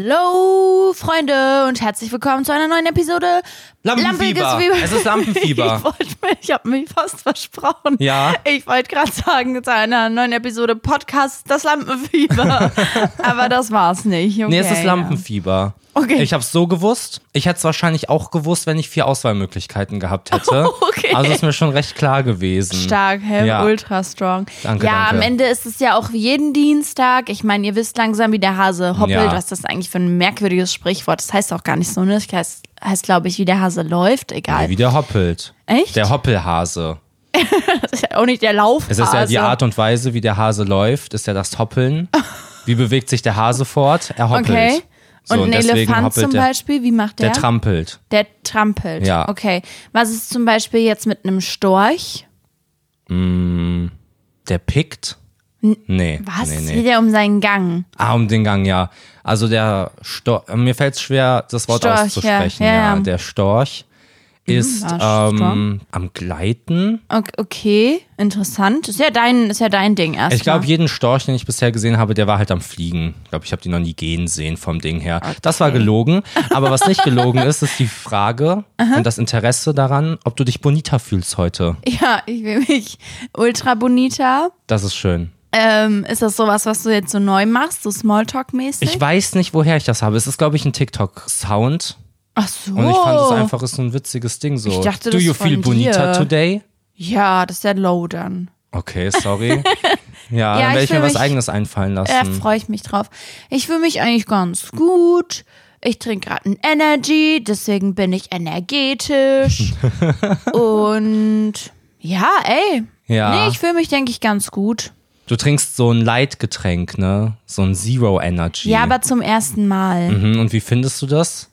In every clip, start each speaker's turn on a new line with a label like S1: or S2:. S1: Hello, Freunde, und herzlich willkommen zu einer neuen Episode
S2: Lampenfieber.
S1: Lampiges Fieber.
S2: Es ist Lampenfieber.
S1: Ich, wollt mich- ich habe mich fast versprochen.
S2: Ja.
S1: Ich wollte gerade sagen, zu einer neuen Episode Podcast Das Lampenfieber. Aber das war's nicht. Okay,
S2: Nee, es ist Lampenfieber.
S1: Okay.
S2: Ich habe es so gewusst. Ich hätte es wahrscheinlich auch gewusst, wenn ich vier Auswahlmöglichkeiten gehabt hätte.
S1: Okay.
S2: Also ist mir schon recht klar gewesen.
S1: Ja. Stark, hä?
S2: Ja.
S1: Ultra strong.
S2: Danke,
S1: ja,
S2: danke.
S1: am Ende ist es ja auch wie jeden Dienstag. Ich meine, ihr wisst langsam, wie der Hase hoppelt,
S2: Ja.
S1: was das eigentlich für ein merkwürdiges Sprichwort ist. Das heißt auch gar nicht so, ne? Das heißt, heißt glaube ich, wie der Hase läuft. Egal.
S2: Nee, Wie der hoppelt.
S1: Echt?
S2: Der Hoppelhase.
S1: auch nicht der Lauf.
S2: Es ist ja die Art und Weise, wie der Hase läuft, ist ja das Hoppeln. wie bewegt sich der Hase fort? Er hoppelt.
S1: Okay.
S2: So,
S1: und ein
S2: deswegen
S1: Elefant
S2: hoppelt
S1: zum
S2: der,
S1: Beispiel, wie macht der?
S2: Der trampelt.
S1: Der trampelt.
S2: Ja.
S1: Okay. Was ist zum Beispiel jetzt mit einem Storch?
S2: Der pickt. Nee.
S1: Was?
S2: Nee,
S1: Nee,
S2: nee.
S1: Geht ja um seinen Gang.
S2: Ah, um den Gang, ja. Also der Storch, mir fällt es schwer, das Wort
S1: Storch,
S2: auszusprechen.
S1: ja, ja, ja.
S2: Der Storch ist
S1: ja,
S2: ähm, am Gleiten.
S1: Ok- Okay, interessant. Ist ja dein, ist ja dein Ding erstmal.
S2: Ich glaube, jeden Storch, den ich bisher gesehen habe, der war halt am Fliegen. Ich glaube, ich habe die noch nie gehen sehen vom Ding her. Das war gelogen. Aber was nicht gelogen ist, ist die Frage und das Interesse daran, ob du dich bonita fühlst heute.
S1: Ja, ich will mich ultra bonita.
S2: Das ist schön.
S1: Ähm, ist das sowas, was du jetzt so neu machst, so Smalltalk-mäßig?
S2: Ich weiß nicht, woher ich das habe. Es ist, glaube ich, ein TikTok-Sound.
S1: Ach so.
S2: Und ich fand es einfach ist so ein witziges Ding so.
S1: Ich dachte,
S2: Do
S1: das
S2: you
S1: von
S2: feel bonita
S1: dir.
S2: today?
S1: Ja, das ist ja low dann.
S2: Okay, sorry. ja, dann
S1: ich
S2: werde ich
S1: fühl
S2: mir was
S1: mich-
S2: Eigenes einfallen lassen.
S1: Da freue Äh, ich mich drauf. Ich fühle mich eigentlich ganz gut. Ich trinke gerade ein Energy, deswegen bin ich energetisch. Und ja, ey.
S2: Ja.
S1: Nee, ich fühle mich, denke ich, ganz gut.
S2: du trinkst so ein Light-Getränk, ne? So ein Zero Energy.
S1: Ja, aber zum ersten Mal.
S2: Mhm, und wie findest du das?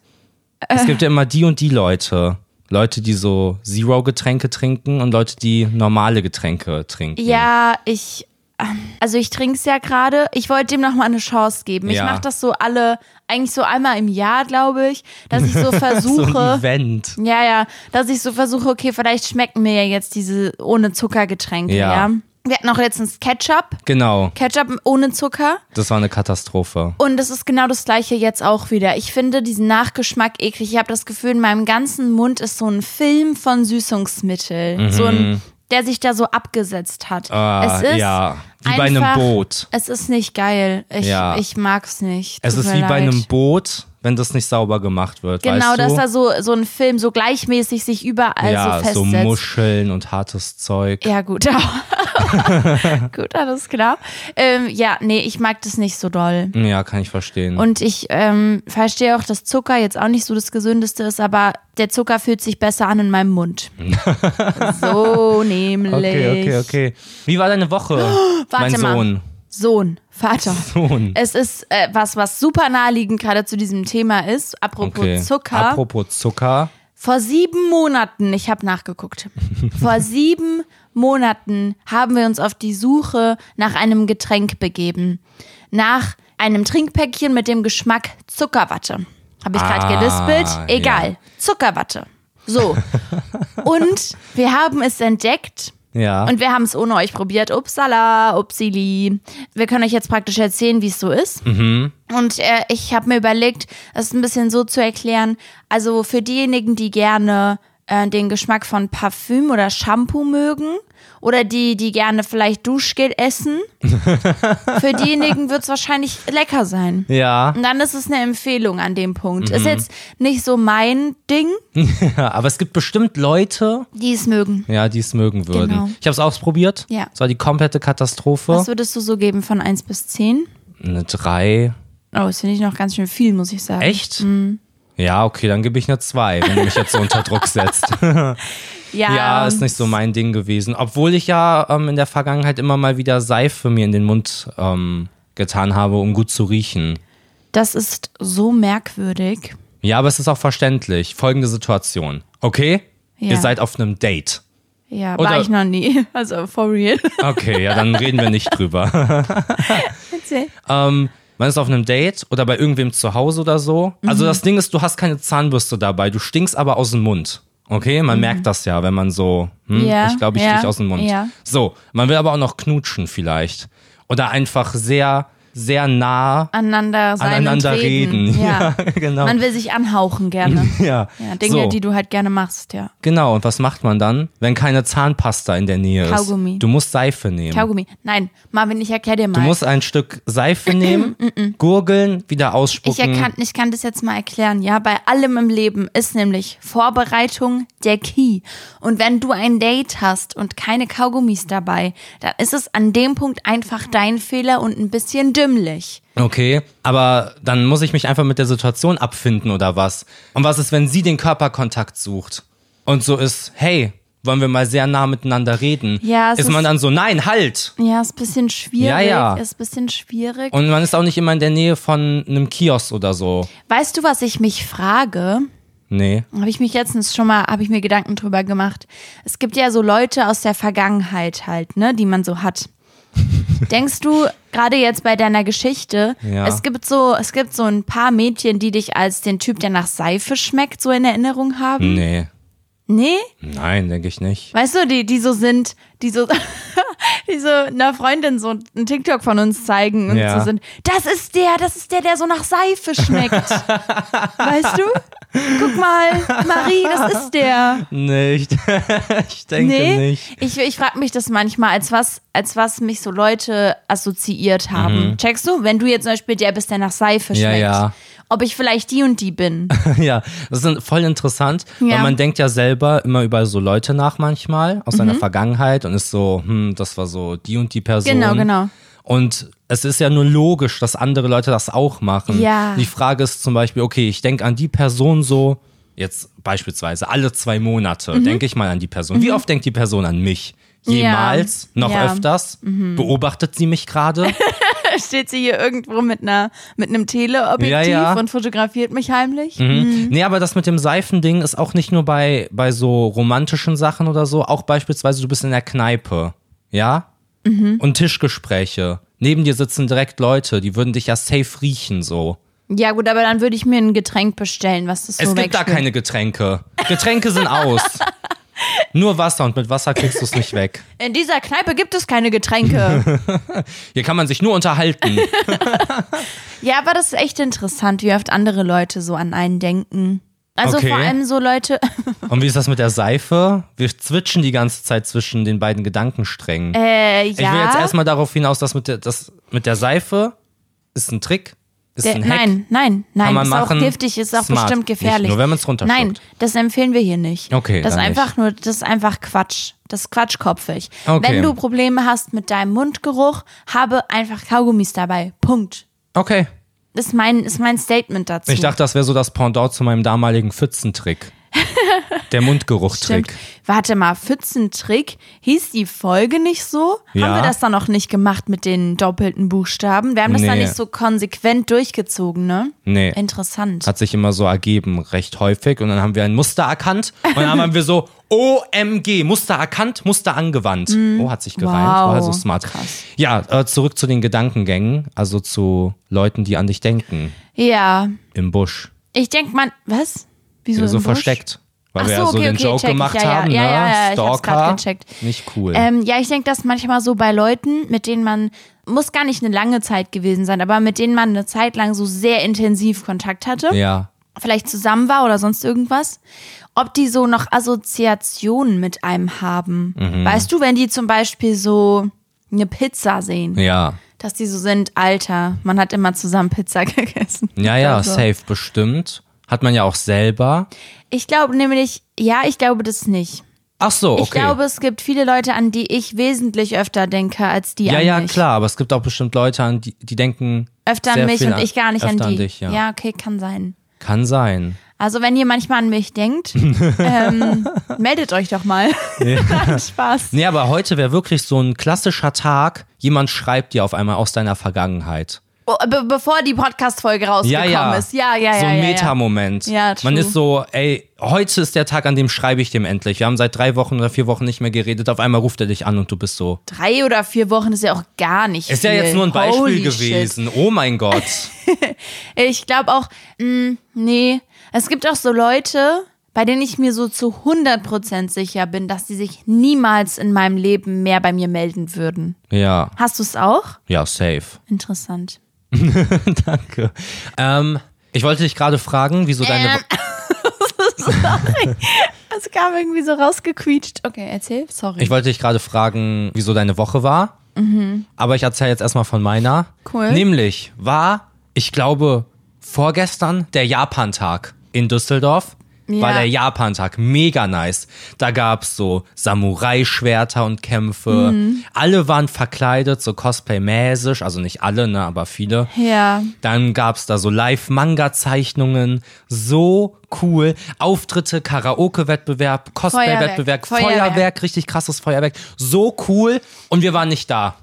S1: Äh.
S2: Es gibt ja immer die und die Leute. Leute, die so Zero-Getränke trinken und Leute, die normale Getränke trinken.
S1: Ja, ich. Also ich trinke es ja gerade. Ich wollte dem noch mal eine Chance geben. Ich
S2: Ja.
S1: mache das so alle, eigentlich so einmal im Jahr, glaube ich, dass ich so
S2: So ein
S1: versuche.
S2: Event.
S1: ja, ja, dass ich so versuche, okay, vielleicht schmecken mir ja jetzt diese ohne Zuckergetränke, ja.
S2: Ja.
S1: Wir hatten auch letztens Ketchup.
S2: Genau,
S1: Ketchup ohne Zucker.
S2: das war eine Katastrophe.
S1: Und es ist genau das gleiche jetzt auch wieder. Ich finde diesen Nachgeschmack eklig. Ich habe das Gefühl, in meinem ganzen Mund ist so ein Film von Süßungsmittel. So ein, der sich da so abgesetzt hat.
S2: Mhm. Ah,
S1: es ist
S2: ja, wie bei
S1: einfach-
S2: einem Boot.
S1: Es ist nicht geil. Ich,
S2: Ja.
S1: ich mag's nicht.
S2: Es
S1: Tut
S2: ist
S1: mir
S2: wie bei
S1: leid.
S2: einem Boot, wenn das nicht sauber gemacht wird.
S1: Genau,
S2: weißt du?
S1: dass da so, so ein Film so gleichmäßig sich überall
S2: ja,
S1: so festsetzt.
S2: so Muscheln und hartes Zeug.
S1: Ja, gut. gut, alles klar. Ähm, ja, nee, ich mag das nicht so doll.
S2: Ja, kann ich verstehen.
S1: Und ich ähm, verstehe auch, dass Zucker jetzt auch nicht so das Gesündeste ist, aber der Zucker fühlt sich besser an in meinem Mund. so nämlich.
S2: okay, okay, okay. Wie war deine Woche, mein
S1: Warte mal.
S2: Sohn?
S1: Sohn, Vater.
S2: Sohn.
S1: Es ist äh, was, was super naheliegend gerade zu diesem Thema ist. Apropos
S2: Okay.
S1: Zucker.
S2: Apropos Zucker.
S1: Vor sieben Monaten, ich habe nachgeguckt, vor sieben Monaten haben wir uns auf die Suche nach einem Getränk begeben. Nach einem Trinkpäckchen mit dem Geschmack Zuckerwatte. Habe ich gerade
S2: Ah,
S1: gelispelt? Egal. Zuckerwatte. So. Und wir haben es entdeckt.
S2: Ja.
S1: Und wir haben es ohne euch probiert. Upsala, upsili. Wir können euch jetzt praktisch erzählen, wie es so ist. Und äh, ich habe mir überlegt, das ein bisschen so zu erklären. Also für diejenigen, die gerne äh, den Geschmack von Parfüm oder Shampoo mögen oder die, die gerne vielleicht Duschgel essen, für diejenigen wird es wahrscheinlich lecker sein.
S2: ja,
S1: Und dann ist es eine Empfehlung an dem Punkt. Ist jetzt nicht so mein Ding,
S2: aber es gibt bestimmt Leute,
S1: die es mögen.
S2: ja, die es mögen würden.
S1: Genau.
S2: Ich habe es ausprobiert.
S1: Ja.
S2: Es war die komplette Katastrophe.
S1: Was würdest du so geben von 1 bis 10?
S2: Eine 3.
S1: Oh, das finde ich noch ganz schön viel, muss ich sagen.
S2: Echt?
S1: Mhm.
S2: Ja, okay, dann gebe ich eine 2, wenn du mich jetzt so unter Druck setzt.
S1: Ja,
S2: Ja, ist nicht so mein Ding gewesen. Obwohl ich ja ähm, in der Vergangenheit immer mal wieder Seife mir in den Mund ähm, getan habe, um gut zu riechen.
S1: das ist so merkwürdig.
S2: Ja, aber es ist auch verständlich. Folgende Situation. Okay?
S1: Ja.
S2: Ihr seid auf einem Date.
S1: Ja, war
S2: Oder-
S1: ich noch nie. Also, for real.
S2: Okay, ja, dann reden wir nicht drüber.
S1: Erzähl.
S2: Ähm, man ist auf einem Date oder bei irgendwem zu Hause oder so.
S1: Mhm.
S2: Also das Ding ist, du hast keine Zahnbürste dabei, du stinkst aber aus dem Mund. Okay, man merkt das ja, wenn man so, hm,
S1: Mhm. Ja,
S2: ich glaube, ich
S1: ja,
S2: riech aus dem Mund.
S1: ja.
S2: So, man will aber auch noch knutschen vielleicht. Oder einfach sehr sehr nah
S1: Aneinander sein
S2: aneinander
S1: und reden.
S2: reden.
S1: Ja.
S2: genau.
S1: Man will sich anhauchen gerne.
S2: ja.
S1: Ja, Dinge,
S2: so.
S1: die du halt gerne machst, ja.
S2: Genau, und was macht man dann, wenn keine Zahnpasta in der Nähe
S1: Kaugummi.
S2: ist? Du musst Seife nehmen.
S1: Kaugummi. Nein, Marvin, ich erkläre dir mal.
S2: Du musst ein Stück Seife nehmen, gurgeln, wieder
S1: ich,
S2: ausspucken.
S1: erkan ich kann das jetzt mal erklären. Ja, bei allem im Leben ist nämlich Vorbereitung der Key. Und wenn du ein Date hast und keine Kaugummis dabei, dann ist es an dem Punkt einfach dein Fehler und ein bisschen dümmlich.
S2: Okay, aber dann muss ich mich einfach mit der Situation abfinden oder was? Und was ist, wenn sie den Körperkontakt sucht und so ist, hey, wollen wir mal sehr nah miteinander reden?
S1: Ja, es
S2: ist man
S1: ist-
S2: dann so, nein, halt!
S1: Ja, ist ein bisschen schwierig.
S2: Ja, ja.
S1: Ist ein bisschen schwierig.
S2: Und man ist auch nicht immer in der Nähe von einem Kiosk oder so.
S1: weißt du, was ich mich frage?
S2: Nee.
S1: Habe ich mich letztens schon mal, habe ich mir Gedanken drüber gemacht. Es gibt ja so Leute aus der Vergangenheit halt, ne, die man so hat. Denkst du, gerade jetzt bei deiner Geschichte,
S2: Ja.
S1: es gibt so, es gibt so ein paar Mädchen, die dich als den Typ, der nach Seife schmeckt, so in Erinnerung haben?
S2: Nee.
S1: Nee?
S2: Nein, denke ich nicht.
S1: Weißt du, die, die so sind, die so, die so einer Freundin so einen TikTok von uns zeigen und
S2: Ja.
S1: so sind, das ist der, das ist der, der so nach Seife schmeckt. weißt du? Guck mal, Marie, das ist der.
S2: Nicht. ich denke
S1: Nee,
S2: nicht.
S1: ich, ich frage mich das manchmal, als was, als was mich so Leute assoziiert haben. Checkst du, wenn du jetzt zum Beispiel der bist, der nach Seife schmeckt,
S2: Mhm. Ja, ja.
S1: ob ich vielleicht die und die bin?
S2: Ja, das ist voll interessant,
S1: Ja.
S2: weil man denkt ja selber immer über so Leute nach manchmal aus
S1: Mhm.
S2: seiner Vergangenheit und ist so, hm, das war so die und die Person.
S1: Genau, genau.
S2: Und es ist ja nur logisch, dass andere Leute das auch machen.
S1: Ja.
S2: Die Frage ist zum Beispiel, okay, ich denke an die Person so, jetzt beispielsweise alle zwei Monate
S1: Mhm.
S2: denke ich mal an die Person. Wie oft denkt die Person an mich? Jemals? Noch
S1: Ja. Mhm.
S2: öfters? Beobachtet sie mich gerade?
S1: Steht sie hier irgendwo mit einer mit einem Teleobjektiv
S2: Ja, ja.
S1: und fotografiert mich heimlich?
S2: Mhm. Nee, aber das mit dem Seifending ist auch nicht nur bei, bei so romantischen Sachen oder so, auch beispielsweise du bist in der Kneipe, ja? Und Tischgespräche. Neben dir sitzen direkt Leute, die würden dich ja safe riechen so.
S1: Ja gut, aber dann würde ich mir ein Getränk bestellen, was das so
S2: Es gibt da
S1: wegschmeckt.
S2: keine Getränke. Getränke sind aus. Nur Wasser und mit Wasser kriegst du es nicht weg.
S1: In dieser Kneipe gibt es keine Getränke.
S2: Hier kann man sich nur unterhalten.
S1: ja, aber das ist echt interessant, wie oft andere Leute so an einen denken. Also
S2: Okay.
S1: vor allem so Leute,
S2: Und wie ist das mit der Seife? Wir zwitschen die ganze Zeit zwischen den beiden Gedankensträngen.
S1: äh, ja.
S2: Ich will jetzt erstmal darauf hinaus, dass mit der, das, mit der Seife ist ein Trick, ist
S1: Der,
S2: ein Hack.
S1: nein, nein, nein.
S2: man
S1: ist
S2: machen.
S1: auch giftig, ist auch
S2: Smart.
S1: bestimmt
S2: Nicht
S1: gefährlich.
S2: nur, wenn man's runterschluckt.
S1: Nein, das empfehlen wir hier nicht.
S2: Okay,
S1: Das ist
S2: dann
S1: einfach
S2: nicht.
S1: nur, das ist einfach Quatsch. Das ist quatschkopfig.
S2: Okay.
S1: Wenn du Probleme hast mit deinem Mundgeruch, habe einfach Kaugummis dabei. Punkt.
S2: Okay.
S1: Das ist mein, ist mein Statement dazu.
S2: Ich dachte, das wäre so das Pendant zu meinem damaligen Pfützentrick. Der
S1: Stimmt.
S2: Mundgeruchtrick.
S1: Warte mal, Pfützentrick, hieß die Folge nicht so? Haben
S2: Ja.
S1: wir das dann noch nicht gemacht mit den doppelten Buchstaben? Wir haben das dann
S2: Nee.
S1: nicht so konsequent durchgezogen, ne?
S2: Nee.
S1: Interessant.
S2: Hat sich immer so ergeben, recht häufig. Und dann haben wir ein Muster erkannt. Und dann haben wir so OMG, Muster erkannt, Muster angewandt. Oh, hat sich gereimt.
S1: Mhm. Wow.
S2: War so smart. Ja, äh, zurück zu den Gedankengängen, also zu Leuten, die an dich denken.
S1: ja.
S2: Im Busch.
S1: Ich denke, man. Was? Wieso?
S2: Ja,
S1: im
S2: so
S1: Busch?
S2: versteckt. Weil
S1: Ach
S2: wir
S1: so,
S2: ja so
S1: okay,
S2: den
S1: okay,
S2: Joke
S1: check ich.
S2: gemacht
S1: Ja, ja,
S2: haben,
S1: ja,
S2: ne?
S1: ja, ja, ich hab's grad
S2: Stalker.
S1: gecheckt.
S2: Nicht cool.
S1: Ähm, ja, ich denke, dass manchmal so bei Leuten, mit denen man, muss gar nicht eine lange Zeit gewesen sein, aber mit denen man eine Zeit lang so sehr intensiv Kontakt hatte,
S2: ja.
S1: vielleicht zusammen war oder sonst irgendwas, ob die so noch Assoziationen mit einem haben.
S2: Mhm.
S1: Weißt du, wenn die zum Beispiel so eine Pizza sehen,
S2: Ja.
S1: dass die so sind, Alter, man hat immer zusammen Pizza gegessen.
S2: Ja, ja,
S1: Also.
S2: safe bestimmt. Hat man ja auch selber.
S1: Ich glaube nämlich, ja, ich glaube das nicht.
S2: Ach so, okay.
S1: Ich glaube, es gibt viele Leute, an die ich wesentlich öfter denke, als die
S2: ja,
S1: eh an
S2: ja,
S1: mich.
S2: klar, aber es gibt auch bestimmt Leute, an die, die denken
S1: Öfter an
S2: sehr
S1: mich
S2: viel
S1: und ich gar nicht an die.
S2: öfter an dich, ja.
S1: okay, kann sein.
S2: Kann sein.
S1: Also wenn ihr manchmal an mich denkt, ähm, meldet euch doch mal. Nein, Spaß.
S2: Nee, aber heute wäre wirklich so ein klassischer Tag. Jemand schreibt dir auf einmal aus deiner Vergangenheit.
S1: Oh, be bevor die Podcast-Folge
S2: Ja,
S1: rausgekommen
S2: ja.
S1: ist. Ja, ja, ja.
S2: So ein
S1: ja, ja.
S2: Metamoment.
S1: Ja,
S2: Man
S1: true.
S2: ist so, ey, heute ist der Tag, an dem schreibe ich dem endlich. Wir haben seit drei Wochen oder vier Wochen nicht mehr geredet. Auf einmal ruft er dich an und du bist so.
S1: Drei oder vier Wochen ist ja auch gar nicht
S2: Ist
S1: viel.
S2: ja jetzt nur ein Beispiel
S1: Holy Shit.
S2: gewesen. Oh mein Gott.
S1: Ich glaube auch, mh, nee, es gibt auch so Leute, bei denen ich mir so zu 100% sicher bin, dass die sich niemals in meinem Leben mehr bei mir melden würden.
S2: ja,
S1: Hast du es auch?
S2: ja, safe.
S1: Interessant.
S2: Danke. Ähm, ich wollte dich gerade fragen,
S1: Äh,
S2: wieso deine.
S1: sorry. Es kam irgendwie so rausgequietscht. Okay, erzähl, sorry.
S2: Ich wollte dich gerade fragen, wieso deine Woche war. Aber ich erzähle jetzt erstmal von meiner.
S1: Mhm. Cool.
S2: Nämlich war, ich glaube, vorgestern der Japantag in Düsseldorf.
S1: Ja.
S2: War der Japantag mega nice. Da gab's so Samurai-Schwerter und Kämpfe.
S1: Mhm.
S2: Alle waren verkleidet, so Cosplay-mäßig. Also nicht alle, ne, aber viele.
S1: ja.
S2: Dann gab's da so Live-Manga-Zeichnungen. So cool. Auftritte, Karaoke-Wettbewerb, Cosplay-Wettbewerb,
S1: Feuerwerk,
S2: Feuerwerk.
S1: Feuerwerk.
S2: richtig krasses Feuerwerk. So cool. Und wir waren nicht da.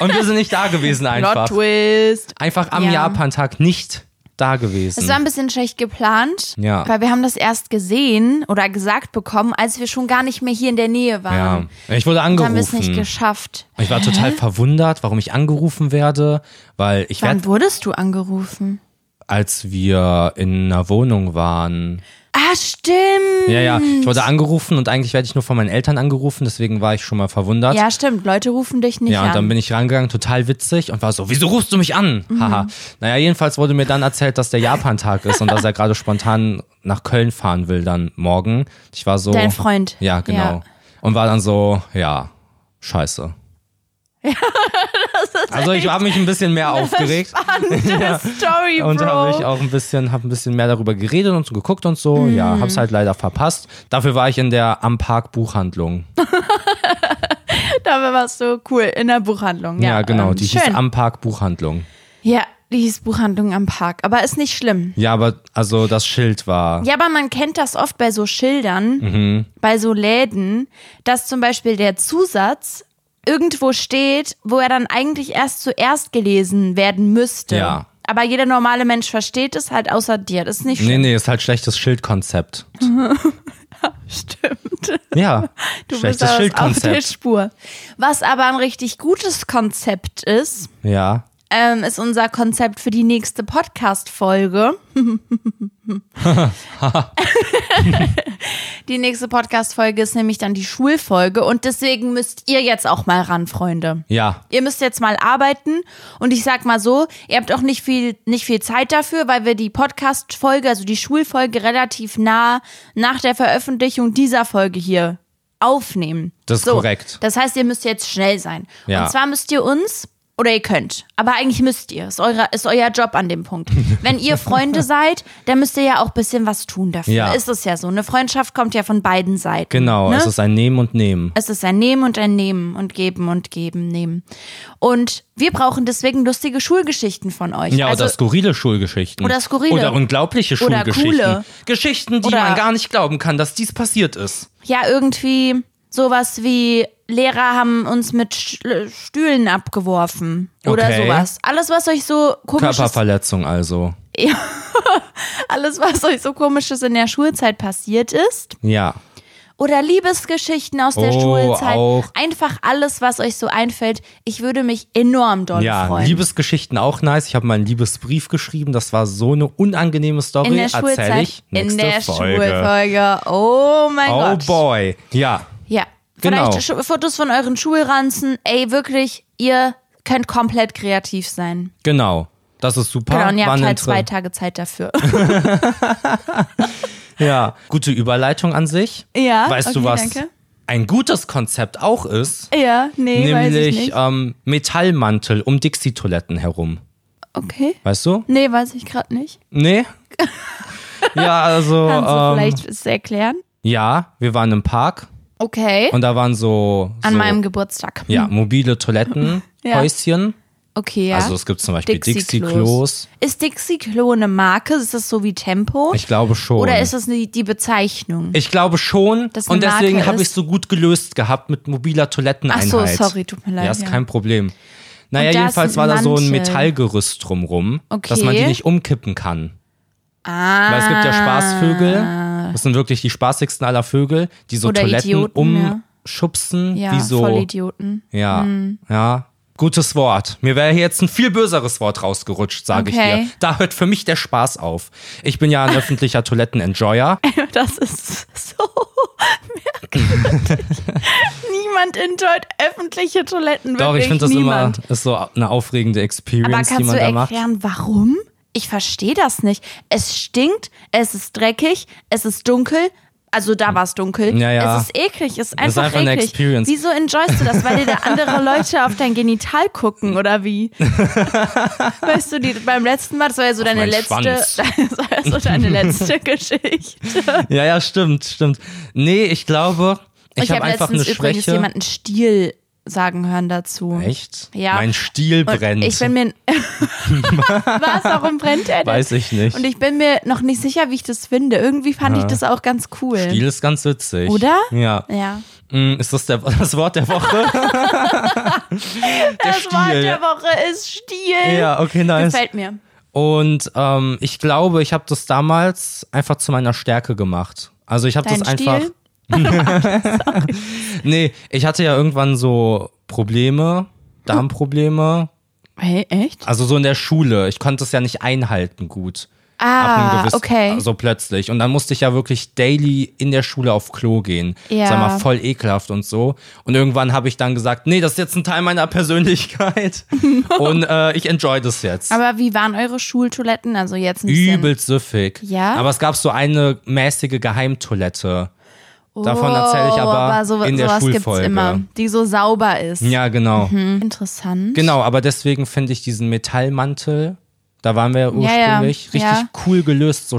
S2: Und wir sind nicht da gewesen
S1: Plot
S2: einfach.
S1: Twist.
S2: Einfach am
S1: Ja.
S2: Japan-Tag nicht da
S1: Es
S2: gewesen.
S1: war ein bisschen schlecht geplant,
S2: Mhm. Ja.
S1: weil wir haben das erst gesehen oder gesagt bekommen, als wir schon gar nicht mehr hier in der Nähe
S2: ja.
S1: waren.
S2: Ich wurde
S1: Da haben wir es nicht
S2: angerufen.
S1: geschafft.
S2: Ich war total verwundert, warum ich angerufen werde, weil ich
S1: Wann
S2: werde,
S1: wurdest du angerufen?
S2: als wir in einer Wohnung waren,
S1: Ah, stimmt.
S2: Ja, ja, ich wurde
S1: Hm.
S2: angerufen und eigentlich werde ich nur von meinen Eltern angerufen, deswegen war ich schon mal verwundert.
S1: Ja, stimmt. Leute rufen dich nicht
S2: Ja,
S1: an.
S2: und dann bin ich rangegangen, total witzig und war so, wieso rufst du mich an?
S1: Mhm.
S2: Haha. Naja, jedenfalls wurde mir dann erzählt, dass der Japan-Tag ist und dass er gerade spontan nach Köln fahren will dann morgen. Ich war so.
S1: Dein Freund.
S2: Ja, genau.
S1: Ja.
S2: Und war dann so, ja, scheiße. also ich habe mich ein bisschen mehr aufgeregt.
S1: Story,
S2: Und habe ich
S1: Bro.
S2: auch ein bisschen, habe ein bisschen mehr darüber geredet und so geguckt und so. Ja,
S1: Mhm.
S2: hab's halt leider verpasst. Dafür war ich in der am Park Buchhandlung.
S1: Da warst du cool in der Buchhandlung. Ja,
S2: Ja, genau.
S1: ähm,
S2: Die
S1: schön.
S2: hieß am Park Buchhandlung.
S1: Ja, die hieß Buchhandlung am Park. Aber ist nicht schlimm.
S2: Ja, aber also das Schild war.
S1: Ja, aber man kennt das oft bei so Schildern,
S2: Mhm.
S1: bei so Läden, dass zum Beispiel der Zusatz irgendwo steht, wo er dann eigentlich erst zuerst gelesen werden müsste.
S2: Ja.
S1: Aber jeder normale Mensch versteht es halt außer dir. Das ist nicht
S2: Nee, nee, ist halt schlechtes Schildkonzept.
S1: stimmt.
S2: Ja,
S1: Du bist
S2: schlechtes
S1: aber auf der
S2: Schildkonzept.
S1: Spur. Was aber ein richtig gutes Konzept ist,
S2: Ja.
S1: ähm, ist unser Konzept für die nächste Podcast-Folge. die nächste Podcast-Folge ist nämlich dann die Schulfolge und deswegen müsst ihr jetzt auch mal ran, Freunde.
S2: Ja.
S1: Ihr müsst jetzt mal arbeiten und ich sag mal so, ihr habt auch nicht viel, nicht viel Zeit dafür, weil wir die Podcast-Folge, also die Schulfolge relativ nah nach der Veröffentlichung dieser Folge hier aufnehmen.
S2: Das ist korrekt.
S1: Das heißt, ihr müsst jetzt schnell sein.
S2: Ja.
S1: Und zwar müsst ihr uns, oder ihr könnt, aber eigentlich müsst ihr, ist, eure, ist euer Job an dem Punkt. Wenn ihr Freunde seid, dann müsst ihr ja auch ein bisschen was tun dafür.
S2: Ja.
S1: Ist es ja so. Eine Freundschaft kommt ja von beiden Seiten.
S2: Genau,
S1: ne?
S2: es ist ein Nehmen und Nehmen.
S1: Es ist ein Nehmen und ein Nehmen und Geben und Geben, Nehmen. Und wir brauchen deswegen lustige Schulgeschichten von euch.
S2: Ja,
S1: also,
S2: oder skurrile Schulgeschichten.
S1: Oder skurrile.
S2: Oder unglaubliche
S1: Oder
S2: Schulgeschichten.
S1: coole.
S2: Geschichten, die
S1: Oder-
S2: man gar nicht glauben kann, dass dies passiert ist.
S1: ja, irgendwie sowas wie Lehrer haben uns mit Sch- Stühlen abgeworfen oder
S2: Okay.
S1: sowas. Alles, was euch so komisches,
S2: Körperverletzung also.
S1: alles, was euch so komisches in der Schulzeit passiert ist.
S2: Ja.
S1: Oder Liebesgeschichten aus der
S2: Oh,
S1: Schulzeit.
S2: auch.
S1: Einfach alles, was euch so einfällt. Ich würde mich enorm doll
S2: Ja,
S1: freuen.
S2: Liebesgeschichten auch nice. Ich habe mal einen Liebesbrief geschrieben. Das war so eine unangenehme Story.
S1: in der
S2: Erzähl
S1: Schulzeit,
S2: ich nächste
S1: in der
S2: Folge.
S1: Schulfolge. Oh mein
S2: Oh
S1: Gott.
S2: boy. Ja.
S1: Ja.
S2: Genau.
S1: Vielleicht Sch- Fotos von euren Schulranzen. Ey, wirklich, ihr könnt komplett kreativ sein.
S2: Genau. Das ist super.
S1: Genau, und ihr
S2: War
S1: habt
S2: ein
S1: halt zwei
S2: Inter-
S1: Tage Zeit dafür.
S2: Ja. Gute Überleitung an sich.
S1: Ja,
S2: Weißt du
S1: okay,
S2: was?
S1: danke.
S2: Ein gutes Konzept auch ist,
S1: ja, nee, weiß ich
S2: nämlich
S1: nicht.
S2: ähm, Metallmantel um Dixie-Toiletten herum.
S1: Okay.
S2: Weißt du?
S1: Nee, weiß ich gerade nicht.
S2: Nee? ja, also.
S1: Kannst du
S2: ähm,
S1: vielleicht es erklären?
S2: ja, wir waren im Park
S1: Okay.
S2: und da waren so.
S1: An
S2: so
S1: meinem Geburtstag. Hm,
S2: ja, Mhm. mobile Toilettenhäuschen.
S1: Okay, ja.
S2: Also es gibt zum Beispiel
S1: Dixie-Klos.
S2: Dixie-Klos.
S1: ist Dixie Klo eine Marke? Ist das so wie Tempo?
S2: Ich glaube schon.
S1: Oder ist das eine, die Bezeichnung?
S2: ich glaube schon.
S1: Dass eine
S2: Und
S1: Marke
S2: deswegen habe ich
S1: ist?
S2: es so gut gelöst gehabt mit mobiler
S1: Ach
S2: Toiletteneinheit.
S1: so, sorry, tut mir leid.
S2: Ja, ist
S1: ja.
S2: kein Problem. Naja,
S1: Und da
S2: jedenfalls
S1: ist
S2: war
S1: ein
S2: da so ein
S1: Mantel.
S2: Metallgerüst drumrum, dass
S1: Okay.
S2: man die nicht umkippen kann.
S1: ah.
S2: Weil es gibt ja Spaßvögel, das sind wirklich die spaßigsten aller Vögel, die so
S1: Oder
S2: Toiletten
S1: Idioten, ja.
S2: umschubsen,
S1: Ja,
S2: wie so.
S1: voll Idioten.
S2: Ja,
S1: Hm.
S2: ja. Gutes Wort. Mir wäre hier jetzt ein viel böseres Wort rausgerutscht, sage
S1: Okay.
S2: ich dir. Da hört für mich der Spaß auf. Ich bin ja ein öffentlicher Toilettenenjoyer.
S1: Das ist so merkwürdig. niemand enjoyt öffentliche Toiletten.
S2: Doch, ich
S1: wirklich
S2: finde das
S1: niemand.
S2: immer ist so eine aufregende
S1: Aber
S2: Experience,
S1: kannst
S2: die man
S1: du
S2: da macht.
S1: erklären, warum? Ich verstehe das nicht. Es stinkt, es ist dreckig, es ist dunkel. Also da war es dunkel.
S2: Ja, ja.
S1: Es ist eklig, es ist einfach,
S2: einfach eine
S1: eklig.
S2: Experience.
S1: Wieso enjoyst du das? Weil dir da andere Leute auf dein Genital gucken oder wie? weißt du, die, beim letzten Mal, das war ja so deine
S2: meinen
S1: letzte,
S2: Schwanz.
S1: das war ja so deine letzte Geschichte.
S2: Ja, ja, stimmt, stimmt. Nee, ich glaube, ich,
S1: hab
S2: habe einfach eine
S1: letztens übrigens
S2: Schwäche.
S1: jemanden Stiel sagen hören dazu.
S2: Echt?
S1: Ja.
S2: Mein Stiel
S1: Und
S2: brennt.
S1: Ich bin mir. Was? Warum brennt er denn?
S2: Weiß ich nicht.
S1: Und ich bin mir noch nicht sicher, wie ich das finde. Irgendwie fand ich das auch ganz cool.
S2: Stiel ist ganz witzig.
S1: Oder?
S2: Ja.
S1: Ja.
S2: Mm, Ist das der, das Wort der Woche? der
S1: Das
S2: Stiel.
S1: Wort der Woche ist Stiel.
S2: ja, okay, nice.
S1: Gefällt mir.
S2: Und ähm, ich glaube, ich habe das damals einfach zu meiner Stärke gemacht. Also ich habe
S1: Dein
S2: das einfach.
S1: Stil?
S2: Nee, ich hatte ja irgendwann so Probleme, Darmprobleme.
S1: Hey, echt?
S2: Also so in der Schule. Ich konnte es ja nicht einhalten gut.
S1: Ah, okay.
S2: So plötzlich. Und dann musste ich ja wirklich daily in der Schule auf Klo gehen.
S1: Ja.
S2: Sag mal, voll ekelhaft und so. Und irgendwann habe ich dann gesagt, nee, das ist jetzt ein Teil meiner Persönlichkeit. und äh, ich enjoy das jetzt.
S1: Aber wie waren eure Schultoiletten? Also jetzt ein bisschen.
S2: Übelst süffig.
S1: Ja?
S2: Aber es gab so eine mäßige Geheimtoilette. Davon
S1: Oh,
S2: erzähle ich aber,
S1: so,
S2: in der
S1: sowas
S2: Schulfolge.
S1: gibt's immer, die so sauber ist.
S2: Ja, genau.
S1: Hm, Interessant.
S2: Genau, aber deswegen finde ich diesen Metallmantel, da waren wir ja ursprünglich,
S1: ja,
S2: richtig
S1: ja.
S2: cool gelöst, so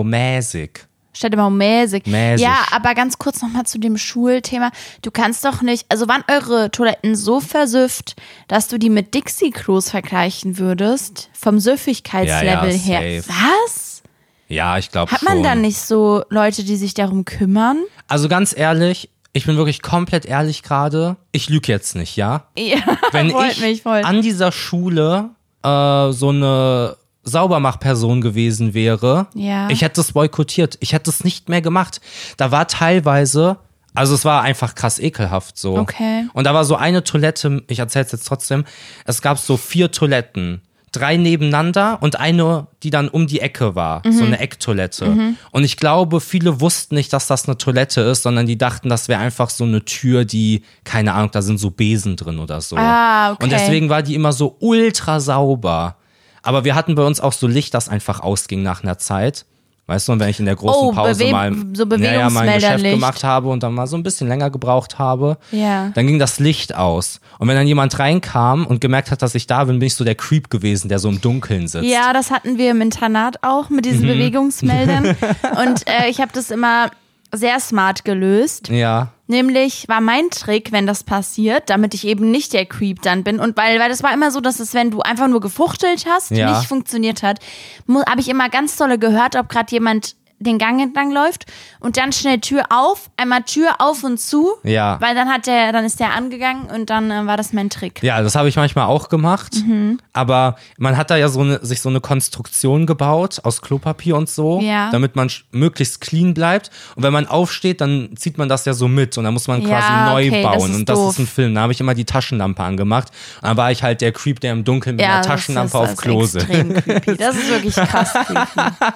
S2: städtebaumäßig.
S1: Statt immer um, mäßig.
S2: Mäßig.
S1: Ja, aber ganz kurz nochmal zu dem Schulthema. Du kannst doch nicht, also waren eure Toiletten so versüfft, dass du die mit Dixie-Klos vergleichen würdest? Vom Süffigkeitslevel
S2: Ja, ja,
S1: her.
S2: safe.
S1: Was?
S2: Ja, ich glaube
S1: Hat
S2: schon.
S1: man da nicht so Leute, die sich darum kümmern?
S2: Also ganz ehrlich, ich bin wirklich komplett ehrlich gerade. Ich lüge jetzt nicht, ja?
S1: Ja,
S2: Wenn
S1: freut
S2: ich
S1: mich voll.
S2: an dieser Schule äh, so eine Saubermachperson gewesen wäre,
S1: Ja.
S2: ich hätte es boykottiert. Ich hätte es nicht mehr gemacht. Da war teilweise, also es war einfach krass ekelhaft so.
S1: Okay.
S2: Und da war so eine Toilette, ich erzähl's jetzt trotzdem, es gab so vier Toiletten. Drei nebeneinander und eine, die dann um die Ecke war.
S1: Mhm.
S2: So eine Ecktoilette. Und ich glaube, viele wussten nicht, dass das eine Toilette ist, sondern die dachten, das wäre einfach so eine Tür, die, keine Ahnung, da sind so Besen drin oder so.
S1: Ah, okay.
S2: Und deswegen war die immer so ultra sauber. Aber wir hatten bei uns auch so Licht, das einfach ausging nach einer Zeit. Weißt du, und wenn ich in der großen
S1: Oh,
S2: Pause
S1: Bewe-
S2: mal
S1: so
S2: ja, ja, mein Geschäft
S1: Bewegungsmelderlicht.
S2: gemacht habe und dann mal so ein bisschen länger gebraucht habe,
S1: Ja.
S2: dann ging das Licht aus. Und wenn dann jemand reinkam und gemerkt hat, dass ich da bin, bin ich so der Creep gewesen, der so im Dunkeln sitzt.
S1: Ja, das hatten wir im Internat auch mit
S2: Mhm.
S1: diesen Bewegungsmeldern. Und äh, ich habe das immer sehr smart gelöst.
S2: Ja.
S1: Nämlich war mein Trick, wenn das passiert, damit ich eben nicht der Creep dann bin. Und weil, weil das war immer so, dass es, wenn du einfach nur gefuchtelt hast,
S2: Ja.
S1: nicht funktioniert hat, habe ich immer ganz tolle gehört, ob gerade jemand den Gang entlang läuft und dann schnell Tür auf, einmal Tür auf und zu.
S2: Ja.
S1: Weil dann hat der, dann ist der angegangen und dann äh, war das mein Trick.
S2: Ja, das habe ich manchmal auch gemacht.
S1: Mhm.
S2: Aber man hat da ja so eine, sich so eine Konstruktion gebaut aus Klopapier und so,
S1: Ja.
S2: damit man sch- möglichst clean bleibt. Und wenn man aufsteht, dann zieht man das ja so mit und dann muss man
S1: Ja,
S2: quasi neu
S1: okay, das
S2: bauen.
S1: ist
S2: und das
S1: doof.
S2: ist ein Film. Da habe ich immer die Taschenlampe angemacht. Und dann war ich halt der Creep, der im Dunkeln mit einer
S1: das
S2: Taschenlampe
S1: ist-
S2: auf
S1: das ist
S2: Klo sitzt.
S1: Extrem creepy. Das ist wirklich krass creepy.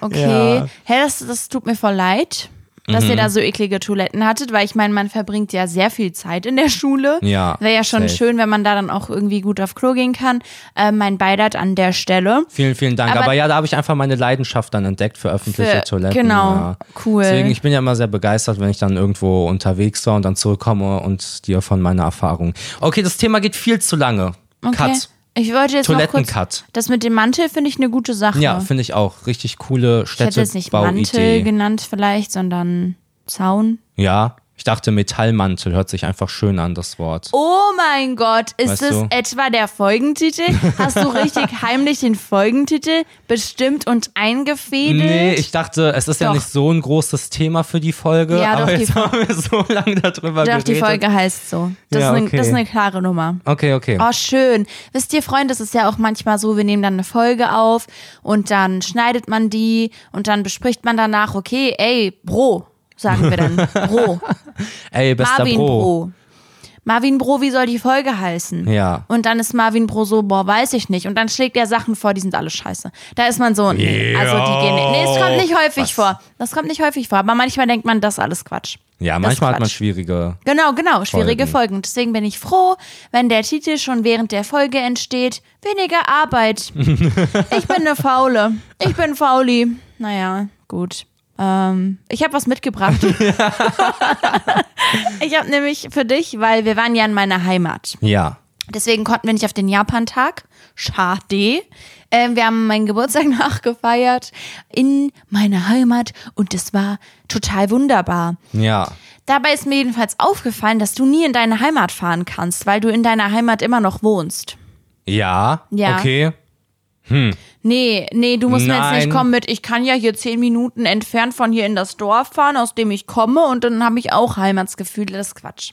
S1: Okay.
S2: Ja. Mhm.
S1: Hä, das, das tut mir voll leid, dass ihr da so eklige Toiletten hattet, weil ich meine, man verbringt ja sehr viel Zeit in der Schule.
S2: Ja,
S1: Wäre ja schon
S2: safe.
S1: schön, wenn man da dann auch irgendwie gut auf Klo gehen kann. Äh, mein Beileid an der Stelle.
S2: Vielen, vielen Dank.
S1: Aber-
S2: Aber, ja, da habe ich einfach meine Leidenschaft dann entdeckt für öffentliche
S1: Für-
S2: Toiletten.
S1: genau,
S2: ja.
S1: cool.
S2: Deswegen, ich bin ja immer sehr begeistert, wenn ich dann irgendwo unterwegs war und dann zurückkomme und dir von meiner Erfahrung. Okay, das Thema geht viel zu lange.
S1: Okay.
S2: Cut.
S1: Ich wollte jetzt noch kurz.
S2: Toilettencut.
S1: Das mit dem Mantel finde ich eine gute Sache.
S2: Ja, finde ich auch. Richtig coole
S1: ich hätte jetzt nicht
S2: Städtebauidee.
S1: Mantel genannt vielleicht, sondern Zaun.
S2: ja, ich dachte Metallmantel hört sich einfach schön an, das Wort.
S1: Oh mein Gott, ist
S2: Weißt
S1: es
S2: du?
S1: etwa der Folgentitel? Hast du richtig heimlich den Folgentitel bestimmt und eingefädelt?
S2: Nee, ich dachte, es ist ja
S1: Doch.
S2: nicht so ein großes Thema für die Folge,
S1: Ja, doch,
S2: aber
S1: die
S2: jetzt haben wir so lange darüber
S1: Doch,
S2: geredet.
S1: die Folge heißt so. Das,
S2: Ja,
S1: ist eine,
S2: okay.
S1: das ist eine klare Nummer.
S2: Okay, okay.
S1: Oh, schön. Wisst ihr, Freunde, es ist ja auch manchmal so, wir nehmen dann eine Folge auf und dann schneidet man die und dann bespricht man danach, okay, ey, Bro, sagen wir dann. Bro.
S2: Ey, bester
S1: Marvin
S2: Bro.
S1: Bro. Marvin Bro, wie soll die Folge heißen?
S2: Ja.
S1: Und dann ist Marvin Bro so, boah, weiß ich nicht. Und dann schlägt er Sachen vor, die sind alle scheiße. Da ist man so, nee, also die gehen nicht. Nee, es kommt nicht häufig
S2: Was?
S1: vor. Das kommt nicht häufig vor. Aber manchmal denkt man, das ist alles Quatsch.
S2: Ja,
S1: Das
S2: manchmal
S1: ist
S2: hat man
S1: Quatsch.
S2: schwierige.
S1: Genau, genau, schwierige
S2: Folgen.
S1: Folgen. Deswegen bin ich froh, wenn der Titel schon während der Folge entsteht. Weniger Arbeit. ich bin eine Faule. Ich bin Fauli. Naja, gut. Ähm, ich habe was mitgebracht. ich habe nämlich für dich, weil wir waren ja in meiner Heimat.
S2: Ja.
S1: Deswegen konnten wir nicht auf den Japan-Tag. Schade. Ähm, wir haben meinen Geburtstag nachgefeiert in meiner Heimat und es war total wunderbar.
S2: Ja.
S1: Dabei ist mir jedenfalls aufgefallen, dass du nie in deine Heimat fahren kannst, weil du in deiner Heimat immer noch wohnst.
S2: Ja.
S1: Ja.
S2: Okay.
S1: Nee, nee, du musst mir jetzt
S2: Nein.
S1: nicht kommen mit, ich kann ja hier zehn Minuten entfernt von hier in das Dorf fahren, aus dem ich komme, und dann habe ich auch Heimatsgefühle. Das ist Quatsch.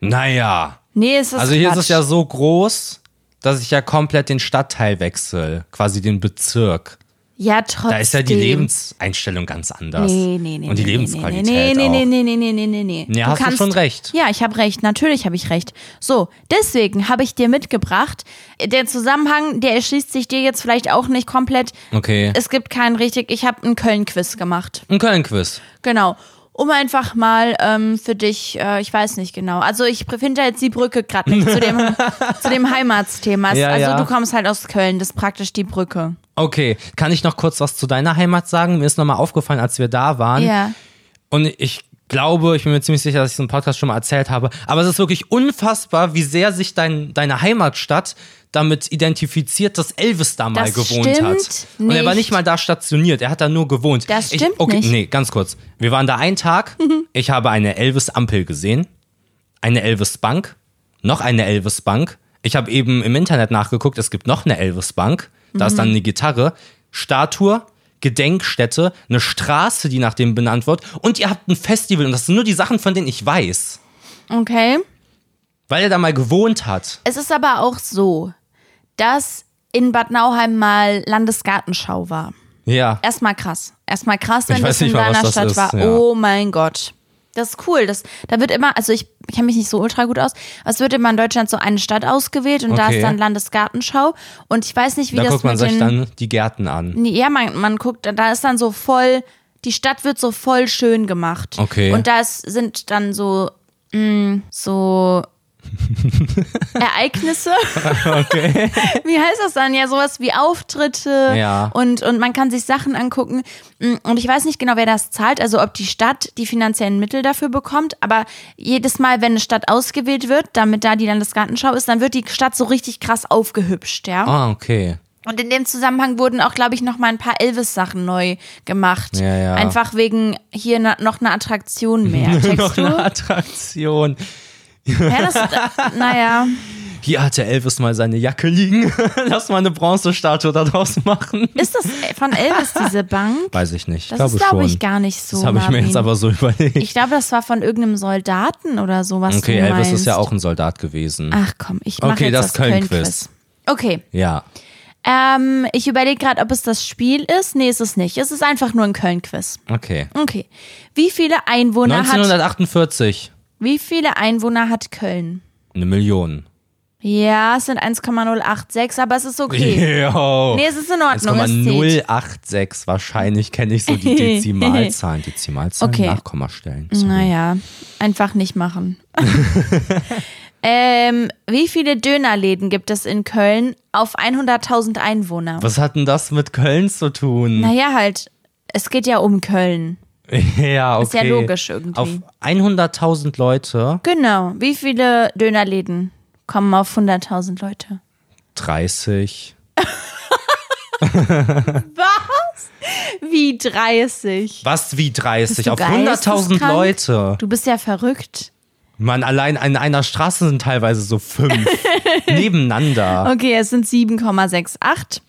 S2: Naja.
S1: Nee, es ist
S2: Also hier
S1: Quatsch.
S2: ist es ja so groß, dass ich ja komplett den Stadtteil wechsle, quasi den Bezirk.
S1: ja trotzdem.
S2: Da ist ja die Lebenseinstellung ganz anders.
S1: Nee, nee, nee.
S2: Und die
S1: nee,
S2: Lebensqualität
S1: Nee, nee,
S2: auch.
S1: nee, nee, nee, nee, nee, nee, nee.
S2: Ja, hast du schon recht.
S1: Ja, ich habe recht. Natürlich habe ich recht. So, deswegen habe ich dir mitgebracht, der Zusammenhang, der erschließt sich dir jetzt vielleicht auch nicht komplett.
S2: Okay.
S1: Es gibt keinen richtig. Ich habe einen Köln-Quiz gemacht.
S2: Ein Köln-Quiz.
S1: Genau. Um einfach mal ähm, für dich, äh, ich weiß nicht genau. Also ich finde da jetzt die Brücke gerade nicht zu dem, zu dem Heimatsthema.
S2: Ja,
S1: also
S2: ja.
S1: du kommst halt aus Köln, das ist praktisch die Brücke.
S2: Okay, kann ich noch kurz was zu deiner Heimat sagen? Mir ist nochmal aufgefallen, als wir da waren.
S1: Ja.
S2: Und ich glaube, ich bin mir ziemlich sicher, dass ich es im Podcast schon mal erzählt habe. Aber es ist wirklich unfassbar, wie sehr sich dein, deine Heimatstadt damit identifiziert, dass Elvis da mal
S1: Das
S2: gewohnt hat.
S1: stimmt
S2: Und er war
S1: nicht.
S2: nicht mal da stationiert, er hat da nur gewohnt.
S1: Das stimmt
S2: ich, okay,
S1: nicht. Mhm.
S2: Nee, ganz kurz. Wir waren da einen Tag. Ich habe eine Elvis-Ampel gesehen, eine Elvis-Bank, noch eine Elvis-Bank. Ich habe eben im Internet nachgeguckt, es gibt noch eine Elvis-Bank. Da ist dann
S1: Mhm.
S2: eine Gitarre, Statue, Gedenkstätte, eine Straße, die nach dem benannt wird. Und ihr habt ein Festival. Und das sind nur die Sachen, von denen ich weiß.
S1: Okay.
S2: Weil er da mal gewohnt hat.
S1: Es ist aber auch so, dass in Bad Nauheim mal Landesgartenschau war.
S2: Ja.
S1: Erstmal krass. Erstmal krass, wenn
S2: Ich
S1: das
S2: weiß
S1: in
S2: nicht mal, was
S1: deiner
S2: das
S1: Stadt
S2: ist,
S1: war.
S2: ja.
S1: Oh mein Gott. Das ist cool. Das, da wird immer, also ich kenne mich nicht so ultra gut aus, aber es wird immer in Deutschland so eine Stadt ausgewählt und da
S2: Okay.
S1: ist dann Landesgartenschau. Und ich weiß nicht, wie
S2: Da
S1: das
S2: guckt man
S1: mit
S2: sich
S1: den.
S2: dann die Gärten an.
S1: Nee, ja, man, man guckt, da ist dann so voll, die Stadt wird so voll schön gemacht.
S2: Okay.
S1: Und da ist- sind dann so, mh, so Ereignisse. Wie heißt das dann? Ja, sowas wie Auftritte
S2: Ja.
S1: und, und man kann sich Sachen angucken. Mm, Und ich weiß nicht genau, wer das zahlt, also ob die Stadt die finanziellen Mittel dafür bekommt, aber jedes Mal, wenn eine Stadt ausgewählt wird, damit da die Landesgartenschau ist, dann wird die Stadt so richtig krass aufgehübscht, ja.
S2: Ah, okay.
S1: Und in dem Zusammenhang wurden auch, glaube ich, noch mal ein paar Elvis-Sachen neu gemacht.
S2: Ja, ja.
S1: Einfach wegen hier na, noch eine Attraktion mehr.
S2: Noch
S1: Checkst du?
S2: eine Attraktion.
S1: Ja, das, äh, naja.
S2: Hier hatte Elvis mal seine Jacke liegen. Lass mal eine Bronzestatue daraus machen.
S1: Ist das von Elvis, diese Bank?
S2: Weiß ich nicht.
S1: Das
S2: glaube
S1: ist, glaube
S2: schon.
S1: ich, gar nicht so.
S2: das habe ich mir
S1: Marvin.
S2: jetzt aber so überlegt.
S1: Ich glaube, das war von irgendeinem Soldaten oder sowas.
S2: okay,
S1: du
S2: Elvis
S1: meinst. Ah.
S2: ist ja auch ein Soldat gewesen.
S1: Ach komm, ich mache
S2: Okay,
S1: jetzt
S2: das
S1: das
S2: Köln-Quiz.
S1: Köln-Quiz. okay,
S2: Ja.
S1: ähm, ich überlege gerade, ob es das Spiel ist. Nee, ist es nicht. Es ist einfach nur ein Köln-Quiz.
S2: Okay.
S1: Okay. Wie viele Einwohner hat
S2: 1948.
S1: Wie viele Einwohner hat Köln?
S2: Eine Million.
S1: Ja, es sind 1,086, aber es ist okay.
S2: Yo.
S1: Nee, es ist in Ordnung. Es zählt.
S2: 1,086. Wahrscheinlich kenne ich so die Dezimalzahlen. Dezimalzahlen,
S1: Okay. Mhm.
S2: Nachkommastellen. Sorry.
S1: Naja, einfach nicht machen. ähm, wie viele Dönerläden gibt es in Köln auf 100.000 Einwohner?
S2: Was hat denn das mit Köln zu tun?
S1: Naja, halt, es geht ja um Köln.
S2: ja, okay.
S1: ja logisch irgendwie.
S2: Auf 100.000 Leute
S1: Genau, wie viele Dönerläden kommen auf 100.000 Leute?
S2: 30.
S1: Wie 30.
S2: Was wie 30?
S1: du
S2: Auf 100.000
S1: geisteskrank?
S2: Leute.
S1: Du bist ja verrückt.
S2: Mann, allein an einer Straße sind teilweise so fünf. nebeneinander.
S1: Okay, es sind 7,68.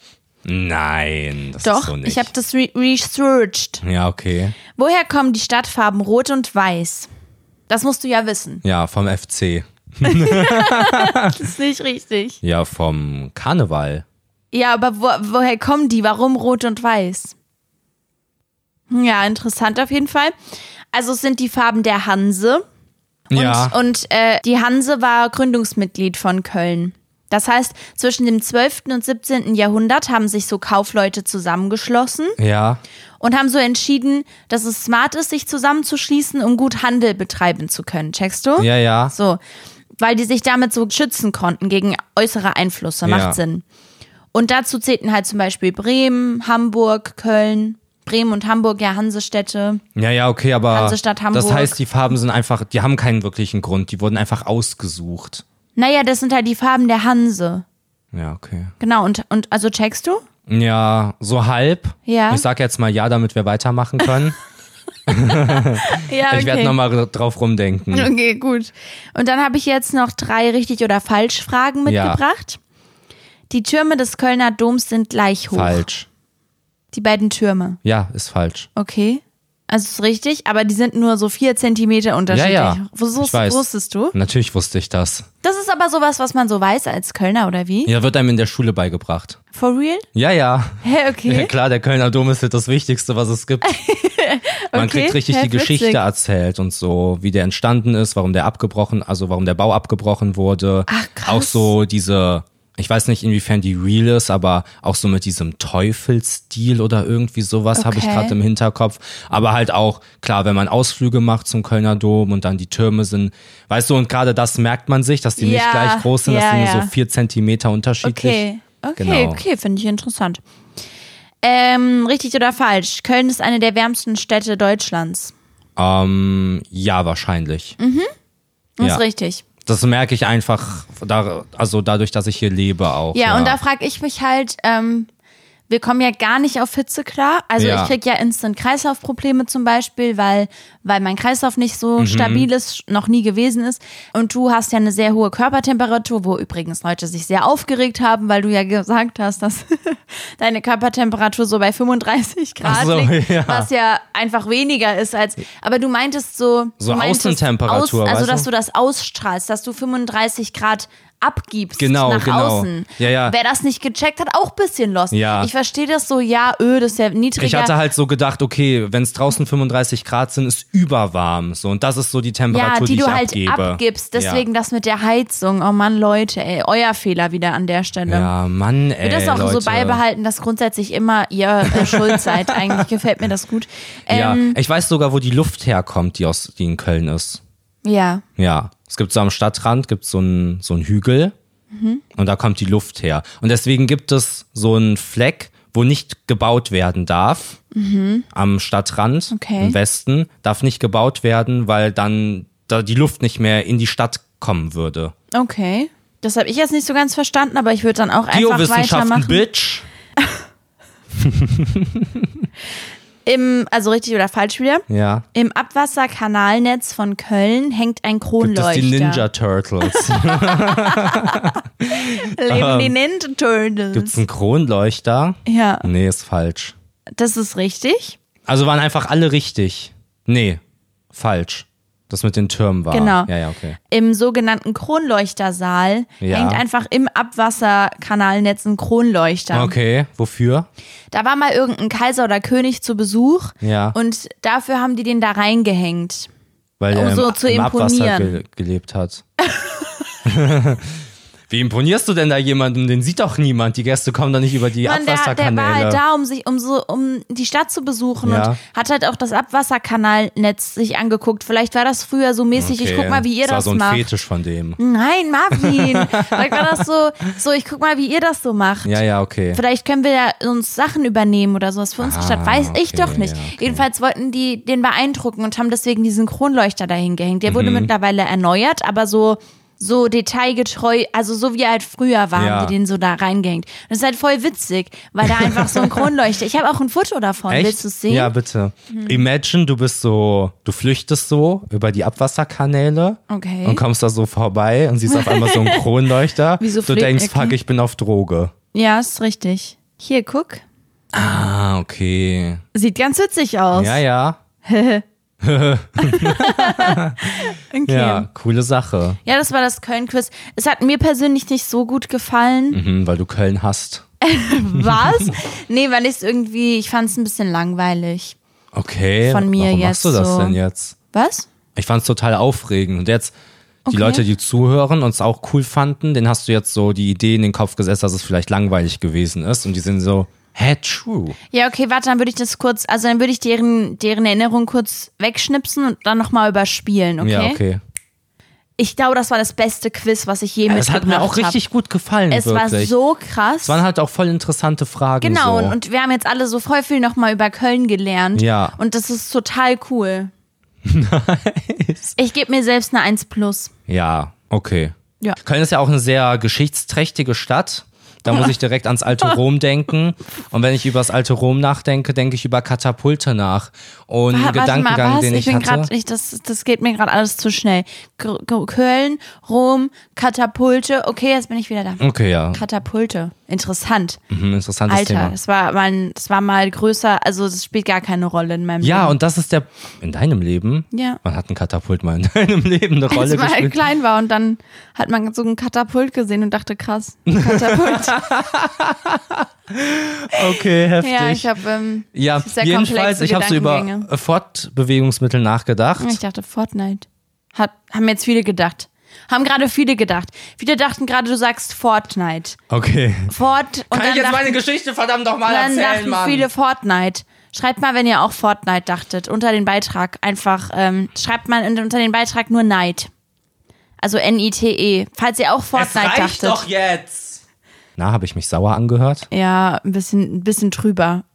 S2: Nein, das ist
S1: Doch,
S2: so nicht.
S1: ich habe das re researched.
S2: ja, okay.
S1: Woher kommen die Stadtfarben Rot und Weiß? Das musst du ja wissen.
S2: Ja, vom FC.
S1: Das ist nicht richtig.
S2: Ja, vom Karneval.
S1: Ja, aber wo, woher kommen die? Warum Rot und Weiß? Hm, Ja, interessant auf jeden Fall. Also es sind die Farben der Hanse, Und,
S2: Ja.
S1: und äh, die Hanse war Gründungsmitglied von Köln. Das heißt, zwischen dem 12. und 17. Jahrhundert haben sich so Kaufleute zusammengeschlossen
S2: Ja.
S1: und haben so entschieden, dass es smart ist, sich zusammenzuschließen, um gut Handel betreiben zu können. Checkst du?
S2: Ja, ja.
S1: So, weil die sich damit so schützen konnten gegen äußere Einflüsse. Macht
S2: Ja.
S1: Sinn. Und dazu zählten halt zum Beispiel Bremen, Hamburg, Köln. Bremen und Hamburg, ja, Hansestädte.
S2: Ja, ja, okay, aber
S1: Hansestadt Hamburg.
S2: das heißt, die Farben sind einfach, die haben keinen wirklichen Grund, die wurden einfach ausgesucht.
S1: Naja, das sind halt die Farben der Hanse.
S2: Ja, okay.
S1: Genau, und, und also checkst du?
S2: Ja, so halb.
S1: Ja.
S2: Ich sag jetzt mal ja, damit wir weitermachen können.
S1: Ja,
S2: Ich werde nochmal drauf rumdenken.
S1: Okay, gut. Und dann habe ich jetzt noch drei richtig oder falsch Fragen
S2: Ja.
S1: mitgebracht. Die Türme des Kölner Doms sind gleich hoch.
S2: Falsch.
S1: Die beiden Türme.
S2: Ja, ist falsch.
S1: Okay. Also ist richtig, aber die sind nur so vier Zentimeter unterschiedlich.
S2: Ja, ja.
S1: Wusstest,
S2: Ich weiß.
S1: wusstest du?
S2: Natürlich wusste ich das.
S1: Das ist aber sowas, was man so weiß als Kölner, oder wie?
S2: Ja, wird einem in der Schule beigebracht.
S1: For real?
S2: Ja, ja.
S1: Hä,
S2: Ja,
S1: okay.
S2: klar, der Kölner Dom ist halt das Wichtigste, was es gibt. Man
S1: Okay,
S2: kriegt richtig
S1: hä,
S2: die Geschichte
S1: witzig.
S2: erzählt und so, wie der entstanden ist, warum der abgebrochen, also warum der Bau abgebrochen wurde.
S1: Ach, krass.
S2: Auch so diese, ich weiß nicht, inwiefern die real ist, aber auch so mit diesem Teufelstil oder irgendwie sowas habe ich
S1: Okay.
S2: gerade im Hinterkopf. Aber halt auch, klar, wenn man Ausflüge macht zum Kölner Dom und dann die Türme sind, weißt du, und gerade das merkt man sich, dass die nicht
S1: Ja,
S2: gleich groß sind, dass
S1: ja,
S2: die nur
S1: ja.
S2: so vier Zentimeter unterschiedlich
S1: Okay, okay,
S2: Genau.
S1: okay, finde ich interessant. Ähm, richtig oder falsch? Köln ist eine der wärmsten Städte Deutschlands.
S2: Ähm, ja, wahrscheinlich.
S1: Das
S2: Ja.
S1: ist richtig.
S2: Das merke ich einfach, da, also dadurch, dass ich hier lebe auch.
S1: Ja, und da frage ich mich halt, ähm, wir kommen ja gar nicht auf Hitze klar. Also
S2: Ja.
S1: ich krieg ja instant Kreislaufprobleme zum Beispiel, weil, weil mein Kreislauf nicht so
S2: Mhm.
S1: stabil ist, noch nie gewesen ist. Und du hast ja eine sehr hohe Körpertemperatur, wo übrigens Leute sich sehr aufgeregt haben, weil du ja gesagt hast, dass deine Körpertemperatur so bei 35 Grad
S2: Ach so,
S1: liegt,
S2: ja.
S1: was ja einfach weniger ist als. Aber du meintest so.
S2: So
S1: du meintest
S2: Außentemperatur,
S1: Aus, also
S2: weißt du?
S1: dass du das ausstrahlst, dass du 35 Grad abgibst
S2: Genau,
S1: nach
S2: genau.
S1: außen.
S2: Ja, ja.
S1: Wer das nicht gecheckt hat, auch ein bisschen lost.
S2: Ja.
S1: Ich verstehe das so, ja, öh, das ist ja niedriger.
S2: ich hatte halt so gedacht, okay, wenn es draußen 35 Grad sind, ist überwarm. So, und das ist so die
S1: ja,
S2: Temperatur,
S1: die,
S2: die,
S1: du
S2: ich
S1: halt
S2: abgebe.
S1: abgibst. Deswegen das mit der Heizung. Oh Mann, Leute, ey, euer Fehler wieder an der Stelle.
S2: Ja, ja Mann, ey.
S1: Ich will das auch so
S2: Leute.
S1: beibehalten, dass grundsätzlich immer ihr äh, schuld seid. Eigentlich gefällt mir das gut.
S2: Ja,
S1: Ähm,
S2: ich weiß sogar, wo die Luft herkommt, die, aus, die in Köln ist.
S1: ja.
S2: Ja, es gibt so am Stadtrand gibt's so einen so einen Hügel
S1: Mhm.
S2: und da kommt die Luft her. Und deswegen gibt es so einen Fleck, wo nicht gebaut werden darf. Am Stadtrand
S1: Mhm. Okay.
S2: im Westen darf nicht gebaut werden, weil dann da die Luft nicht mehr in die Stadt kommen würde.
S1: okay. Das habe ich jetzt nicht so ganz verstanden, aber ich würde dann auch einfach
S2: Geowissenschaften,
S1: weitermachen.
S2: Bitch.
S1: Im, also richtig oder falsch wieder.
S2: Ja.
S1: Im Abwasserkanalnetz von Köln hängt ein
S2: Gibt es
S1: Kronleuchter.
S2: die Ninja Turtles?
S1: Leben die Ninja Turtles.
S2: Ah. Gibt's Hm. einen Kronleuchter?
S1: Ja,
S2: Nee, ist falsch.
S1: das ist richtig.
S2: Also waren einfach alle richtig. Nee, falsch. Das mit den Türmen war.
S1: Genau.
S2: Ja, ja, okay.
S1: Im sogenannten Kronleuchtersaal
S2: Ja.
S1: hängt einfach im Abwasserkanalnetz ein Kronleuchter.
S2: Okay, wofür?
S1: Da war mal irgendein Kaiser oder König zu Besuch
S2: Ja.
S1: und dafür haben die den da reingehängt.
S2: Weil
S1: Um
S2: er
S1: so
S2: im,
S1: zu
S2: im Abwasser
S1: imponieren.
S2: ge gelebt hat. Wie imponierst du denn da jemandem? Den sieht doch niemand. Die Gäste kommen doch nicht über die
S1: Mann, der, der war
S2: Abwasserkanäle.
S1: halt da, um sich um so um die Stadt zu besuchen
S2: Ja.
S1: und hat halt auch das Abwasserkanalnetz sich angeguckt. Vielleicht war das früher so mäßig, ich guck mal, wie ihr
S2: das war
S1: das
S2: so ein
S1: macht. Hm.
S2: Fetisch von dem.
S1: Nein, Marvin. Vielleicht war das so, so ich guck mal, wie ihr das so macht.
S2: Ja, ja, okay.
S1: Vielleicht können wir ja uns Sachen übernehmen oder sowas für unsere
S2: Ah,
S1: Stadt. Weiß ich
S2: okay,
S1: doch nicht.
S2: ja, okay.
S1: Jedenfalls wollten die den beeindrucken und haben deswegen diesen Kronleuchter dahin gehängt. Der
S2: Mhm.
S1: wurde mittlerweile erneuert, aber so so detailgetreu, also so wie er halt früher war,
S2: Ja.
S1: haben die den so da reingehängt. Und das ist halt voll witzig, weil da einfach so ein Kronleuchter. Ich habe auch ein Foto davon.
S2: Echt?
S1: Willst du es sehen? Hm.
S2: Ja, bitte. Imagine, du bist so, du flüchtest so über die Abwasserkanäle
S1: Okay.
S2: und kommst da so vorbei und siehst auf einmal so einen Kronleuchter.
S1: Wie so äh,
S2: du denkst,
S1: Flicken.
S2: fuck, ich bin auf Droge.
S1: ja, ist richtig. Hier, guck.
S2: Ah, okay.
S1: Sieht ganz witzig aus.
S2: Ja, ja.
S1: okay.
S2: Ja, coole Sache.
S1: Ja, das war das Köln-Quiz. Es hat mir persönlich nicht so gut gefallen.
S2: Mhm, weil du Köln hast. Mhm.
S1: Was? nee, weil ich es irgendwie, ich fand es ein bisschen langweilig.
S2: Okay.
S1: Von mir
S2: warum
S1: jetzt
S2: machst du das
S1: so.
S2: denn jetzt?
S1: Was?
S2: Ich fand es total aufregend. Und jetzt die
S1: Okay.
S2: Leute, die zuhören und es auch cool fanden, den hast du jetzt so die Idee in den Kopf gesetzt, dass es vielleicht langweilig gewesen ist. Und die sind so, hä, true.
S1: Ja, okay, warte, dann würde ich das kurz, also dann würde ich deren, deren Erinnerung kurz wegschnipsen und dann nochmal überspielen, okay?
S2: Ja, okay.
S1: Ich glaube, das war das beste Quiz, was ich je
S2: Es
S1: mitgebracht
S2: hat
S1: habe.
S2: mir auch richtig gut gefallen,
S1: Es
S2: wirklich.
S1: war so krass.
S2: es waren halt auch voll interessante Fragen.
S1: genau,
S2: so.
S1: und, und wir haben jetzt alle so voll viel nochmal über Köln gelernt.
S2: Ja.
S1: Und das ist total cool. Nice. Ich gebe mir selbst eine 1 plus.
S2: Ja, okay.
S1: Ja.
S2: Köln ist ja auch eine sehr geschichtsträchtige Stadt. Da muss ich direkt ans alte Rom denken. Und wenn ich über das alte Rom nachdenke, denke ich über Katapulte nach. Und
S1: Ah,
S2: ein Gedankengang,
S1: was?
S2: den ich,
S1: bin
S2: hatte.
S1: grad, ich, das, das geht mir gerade alles zu schnell. K K- Köln, Rom, Katapulte. Okay, jetzt bin ich wieder da.
S2: Okay, ja.
S1: Katapulte. Interessant.
S2: Mhm, interessantes
S1: Alter,
S2: Thema.
S1: das war, mal, ein- das war mal größer, also das spielt gar keine Rolle in meinem
S2: Ja,
S1: Leben.
S2: und das ist der. In deinem Leben?
S1: Ja.
S2: Wann hat ein Katapult mal in deinem Leben eine
S1: als
S2: Rolle
S1: man
S2: gespielt?
S1: klein war und dann hat man so einen Katapult gesehen und dachte, krass, Katapult.
S2: Okay, heftig.
S1: ja, ich habe, ähm,
S2: Ja,
S1: sehr
S2: jedenfalls,
S1: komplexe
S2: ich habe so über
S1: Gedankengänge. Hm.
S2: äh, Fortbewegungsmittel nachgedacht.
S1: ich dachte, Fortnite. Hat, haben jetzt viele gedacht. Haben gerade viele gedacht. Viele dachten gerade, du sagst Fortnite.
S2: Okay.
S1: Fort und
S2: Kann ich
S1: dann
S2: jetzt meine
S1: dachten,
S2: Geschichte verdammt nochmal
S1: dann
S2: erzählen,
S1: dachten
S2: Mann?
S1: viele Fortnite. Schreibt mal, wenn ihr auch Fortnite dachtet, unter den Beitrag einfach, ähm, schreibt mal in- unter den Beitrag nur Night. Also N-I-T-E. Falls ihr auch Fortnite dachtet.
S2: jetzt! Na, habe ich mich sauer angehört?
S1: Ja, ein bisschen, ein bisschen drüber.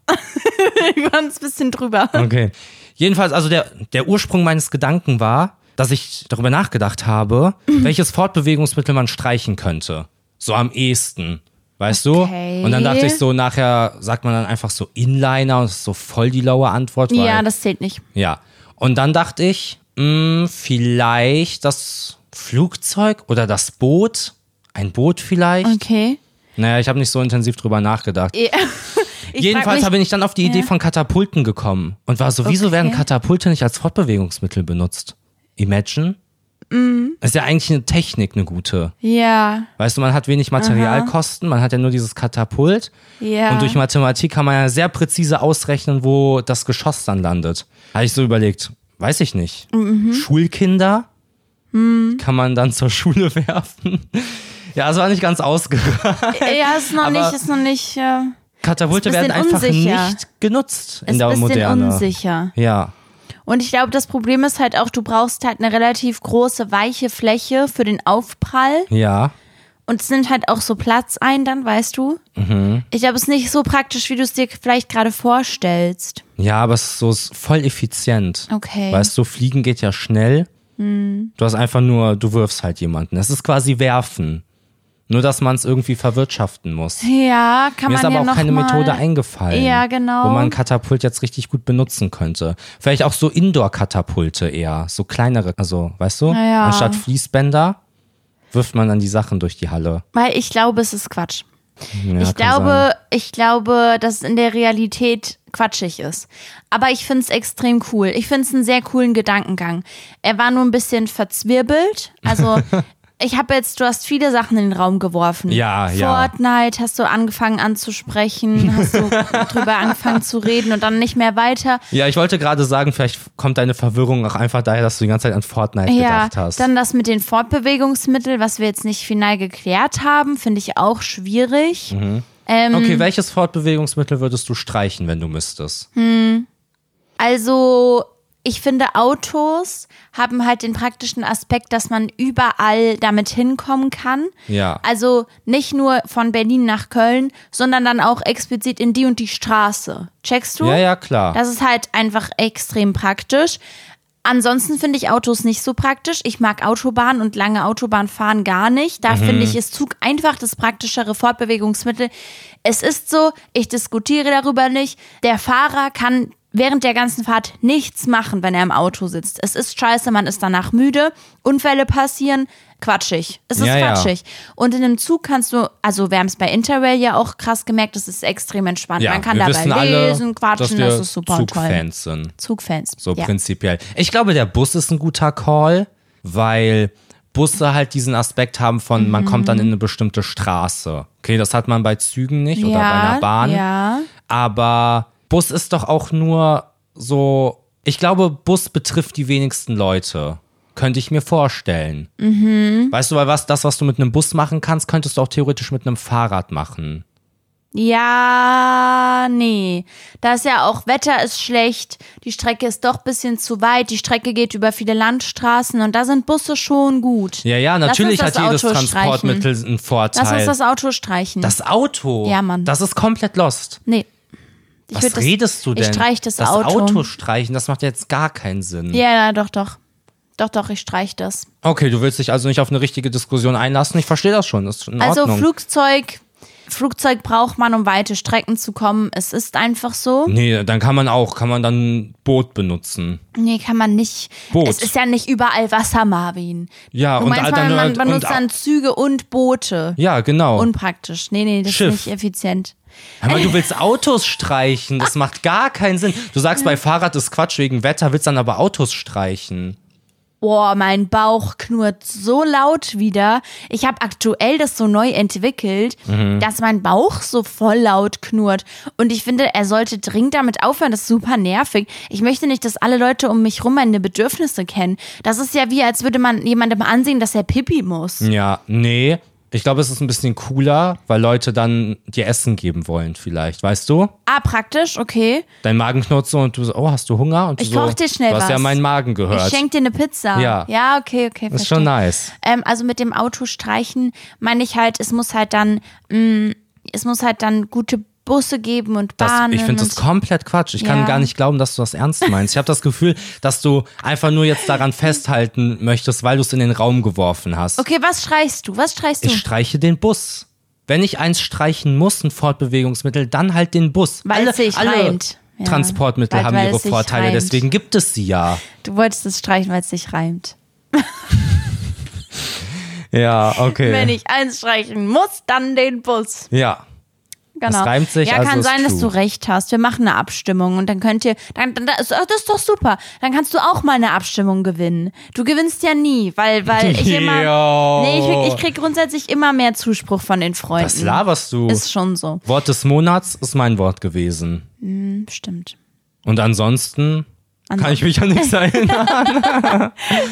S1: Wir waren ein bisschen drüber.
S2: Okay. Jedenfalls, also der, der Ursprung meines Gedanken war, dass ich darüber nachgedacht habe,
S1: Mhm.
S2: welches Fortbewegungsmittel man streichen könnte. So am ehesten. Weißt
S1: Okay.
S2: du? Und dann dachte ich so, nachher sagt man dann einfach so Inliner und das ist so voll die laue Antwort. Weil,
S1: Ja, das zählt nicht.
S2: ja. Und dann dachte ich, mh, vielleicht das Flugzeug oder das Boot. Ein Boot vielleicht.
S1: Okay.
S2: Naja, ich habe nicht so intensiv drüber nachgedacht.
S1: Ich
S2: Jedenfalls
S1: frag
S2: bin ich dann auf die Idee
S1: Ja.
S2: von Katapulten gekommen und war so, wieso
S1: Okay.
S2: werden Katapulte nicht als Fortbewegungsmittel benutzt? Imagine?
S1: Mhm.
S2: Ist ja eigentlich eine Technik, eine gute.
S1: mich, Ja,
S2: Weißt du, man hat wenig Materialkosten, man hat ja nur dieses Katapult.
S1: ja.
S2: Und durch Mathematik kann man ja sehr präzise ausrechnen, wo das Geschoss dann landet. Habe ich so überlegt, weiß ich nicht.
S1: Mhm.
S2: Schulkinder kann man dann zur Schule werfen. Ja, es war nicht ganz ausgereift.
S1: ja, ist noch
S2: aber-
S1: nicht, ist noch nicht, äh,
S2: Katapulte
S1: Ist ein
S2: werden
S1: bisschen
S2: einfach
S1: unsicher.
S2: nicht genutzt in
S1: ist
S2: der
S1: ein bisschen
S2: Moderne.
S1: unsicher.
S2: Ja,
S1: Und ich glaube, das Problem ist halt auch, du brauchst halt eine relativ große, weiche Fläche für den Aufprall
S2: ja.
S1: und es nimmt halt auch so Platz ein, dann weißt du.
S2: Mhm.
S1: Ich glaube, es ist nicht so praktisch, wie du es dir vielleicht gerade vorstellst.
S2: Ja, aber es ist so ist voll effizient.
S1: Okay. Mhm.
S2: Weißt du, fliegen geht ja schnell. Du hast einfach nur, du wirfst halt jemanden. Es ist quasi werfen. Nur, dass man es irgendwie verwirtschaften muss.
S1: Ja, kann
S2: Mir
S1: man
S2: ist aber
S1: ja
S2: auch
S1: noch
S2: keine
S1: mal
S2: Methode eingefallen,
S1: Ja, genau.
S2: wo man ein Katapult jetzt richtig gut benutzen könnte. Vielleicht auch so Indoor-Katapulte eher, so kleinere, also weißt du,
S1: Na ja.
S2: anstatt Fließbänder wirft man dann die Sachen durch die Halle.
S1: Weil ich glaube, es ist Quatsch.
S2: Ja,
S1: ich
S2: kann sein.
S1: glaube, ich glaube, dass es in der Realität quatschig ist. Aber ich finde es extrem cool. Ich finde es einen sehr coolen Gedankengang. Er war nur ein bisschen verzwirbelt. Also ich habe jetzt, du hast viele Sachen in den Raum geworfen.
S2: Ja, ja.
S1: Fortnite hast du angefangen anzusprechen, hast du drüber angefangen zu reden und dann nicht mehr weiter.
S2: Ja, ich wollte gerade sagen, vielleicht kommt deine Verwirrung auch einfach daher, dass du die ganze Zeit an Fortnite
S1: Ja,
S2: gedacht hast.
S1: dann das mit den Fortbewegungsmitteln, was wir jetzt nicht final geklärt haben, finde ich auch schwierig.
S2: Mhm.
S1: Ähm,
S2: Okay, welches Fortbewegungsmittel würdest du streichen, wenn du müsstest?
S1: Hm? Also, ich finde, Autos haben halt den praktischen Aspekt, dass man überall damit hinkommen kann.
S2: Ja.
S1: Also nicht nur von Berlin nach Köln, sondern dann auch explizit in die und die Straße. Checkst du?
S2: Ja, ja, klar.
S1: Das ist halt einfach extrem praktisch. Ansonsten finde ich Autos nicht so praktisch. Ich mag Autobahnen und lange Autobahnfahren gar nicht.
S2: Mhm.
S1: Da finde ich, ist Zug einfach das praktischere Fortbewegungsmittel. Es ist so, ich diskutiere darüber nicht. Der Fahrer kann während der ganzen Fahrt nichts machen, wenn er im Auto sitzt. Es ist scheiße, man ist danach müde. Unfälle passieren. Quatschig. Es ist
S2: Ja, ja.
S1: quatschig. Und in einem Zug kannst du, also wir haben es bei Interrail ja auch krass gemerkt, das ist extrem entspannt.
S2: ja,
S1: man kann
S2: wir
S1: dabei
S2: wissen alle,
S1: lesen, quatschen,
S2: dass wir
S1: das ist super toll.
S2: Zugfans sind.
S1: Zugfans.
S2: So
S1: ja.
S2: prinzipiell. Ich glaube, der Bus ist ein guter Call, weil Busse halt diesen Aspekt haben von, man kommt
S1: Mhm.
S2: dann in eine bestimmte Straße. Okay, das hat man bei Zügen nicht oder bei
S1: Ja,
S2: einer Bahn.
S1: ja.
S2: Aber Bus ist doch auch nur so Ich glaube, Bus betrifft die wenigsten Leute. Könnte ich mir vorstellen.
S1: Mhm.
S2: Weißt du, weil was, das, was du mit einem Bus machen kannst, könntest du auch theoretisch mit einem Fahrrad machen.
S1: Ja, nee. Da ist ja auch Wetter ist schlecht, die Strecke ist doch ein bisschen zu weit, die Strecke geht über viele Landstraßen und da sind Busse schon gut.
S2: Ja, ja,
S1: Lass uns
S2: natürlich
S1: das
S2: hat jedes
S1: Auto
S2: Transportmittel einen Vorteil.
S1: Lass uns das Auto streichen.
S2: Das Auto,
S1: Ja, Mann.
S2: das ist komplett lost.
S1: nee. Ich
S2: Was
S1: würd das-
S2: redest du denn?
S1: Ich streich das,
S2: das
S1: Auto.
S2: Auto streichen, das macht jetzt gar keinen Sinn.
S1: Ja, ja, doch, doch. Doch, doch, ich streich das.
S2: Okay, du willst dich also nicht auf eine richtige Diskussion einlassen. Ich verstehe das schon. Das ist in
S1: Also
S2: Ordnung.
S1: Flugzeug, Flugzeug braucht man, um weite Strecken zu kommen. Es ist einfach so.
S2: nee, dann kann man auch, kann man dann Boot benutzen.
S1: Nee, kann man nicht.
S2: Boot.
S1: Es ist ja nicht überall Wasser, Marvin.
S2: Ja,
S1: Du
S2: und
S1: meinst,
S2: all- dann,
S1: man, man
S2: und-
S1: benutzt
S2: und,
S1: dann Züge und Boote.
S2: Ja, genau.
S1: Unpraktisch. Nee, nee, das
S2: Schiff.
S1: ist nicht effizient.
S2: Hör mal, du willst Autos streichen, das macht gar keinen Sinn. Du sagst, bei Fahrrad ist Quatsch wegen Wetter, willst dann aber Autos streichen.
S1: Boah, mein Bauch knurrt so laut wieder. Ich habe aktuell das so neu entwickelt,
S2: Mhm.
S1: dass mein Bauch so voll laut knurrt. Und ich finde, er sollte dringend damit aufhören. Das ist super nervig. Ich möchte nicht, dass alle Leute um mich rum meine Bedürfnisse kennen. Das ist ja wie, als würde man jemandem ansehen, dass er Pipi muss.
S2: Ja, nee. Ich glaube, es ist ein bisschen cooler, weil Leute dann dir Essen geben wollen, vielleicht, weißt du?
S1: Ah, praktisch, okay.
S2: Dein Magen knurrt so und du so, oh, hast du Hunger? Und du
S1: Ich
S2: so,
S1: koch dir schnell
S2: Du hast ja
S1: was.
S2: meinen Magen gehört.
S1: Ich schenk dir eine Pizza.
S2: Ja.
S1: Ja, okay, okay.
S2: das ist schon nice.
S1: Ähm, also mit dem Auto streichen meine ich halt, es muss halt dann, mh, es muss halt dann gute Busse geben und
S2: Das,
S1: Bahnen.
S2: ich finde das
S1: und
S2: komplett Quatsch. Ich kann
S1: Ja.
S2: gar nicht glauben, dass du das ernst meinst. Ich habe das Gefühl, dass du einfach nur jetzt daran festhalten möchtest, weil du es in den Raum geworfen hast.
S1: okay, was streichst du? Was streichst du?
S2: Ich streiche den Bus. Wenn ich eins streichen muss, ein Fortbewegungsmittel, dann halt den Bus.
S1: Weil es sich
S2: alle
S1: reimt. Ja.
S2: Transportmittel
S1: Weil-
S2: haben
S1: weil
S2: ihre
S1: es sich
S2: Vorteile,
S1: reimt.
S2: deswegen gibt es sie ja.
S1: Du wolltest es streichen, weil es sich reimt.
S2: Ja, okay.
S1: Wenn ich eins streichen muss, dann den Bus.
S2: ja.
S1: Genau.
S2: Es reimt sich,
S1: ja,
S2: also
S1: kann
S2: ist
S1: sein, dass du
S2: true.
S1: recht hast. Wir machen eine Abstimmung und dann könnt ihr, dann, dann, das ist doch super. Dann kannst du auch mal eine Abstimmung gewinnen. Du gewinnst ja nie, weil, weil ich immer,
S2: Jo.
S1: nee, ich, ich krieg grundsätzlich immer mehr Zuspruch von den Freunden.
S2: Was laberst du?
S1: Ist schon so. Hm,
S2: Wort des Monats ist mein Wort gewesen.
S1: Stimmt.
S2: Und ansonsten kann ich mich an nichts erinnern.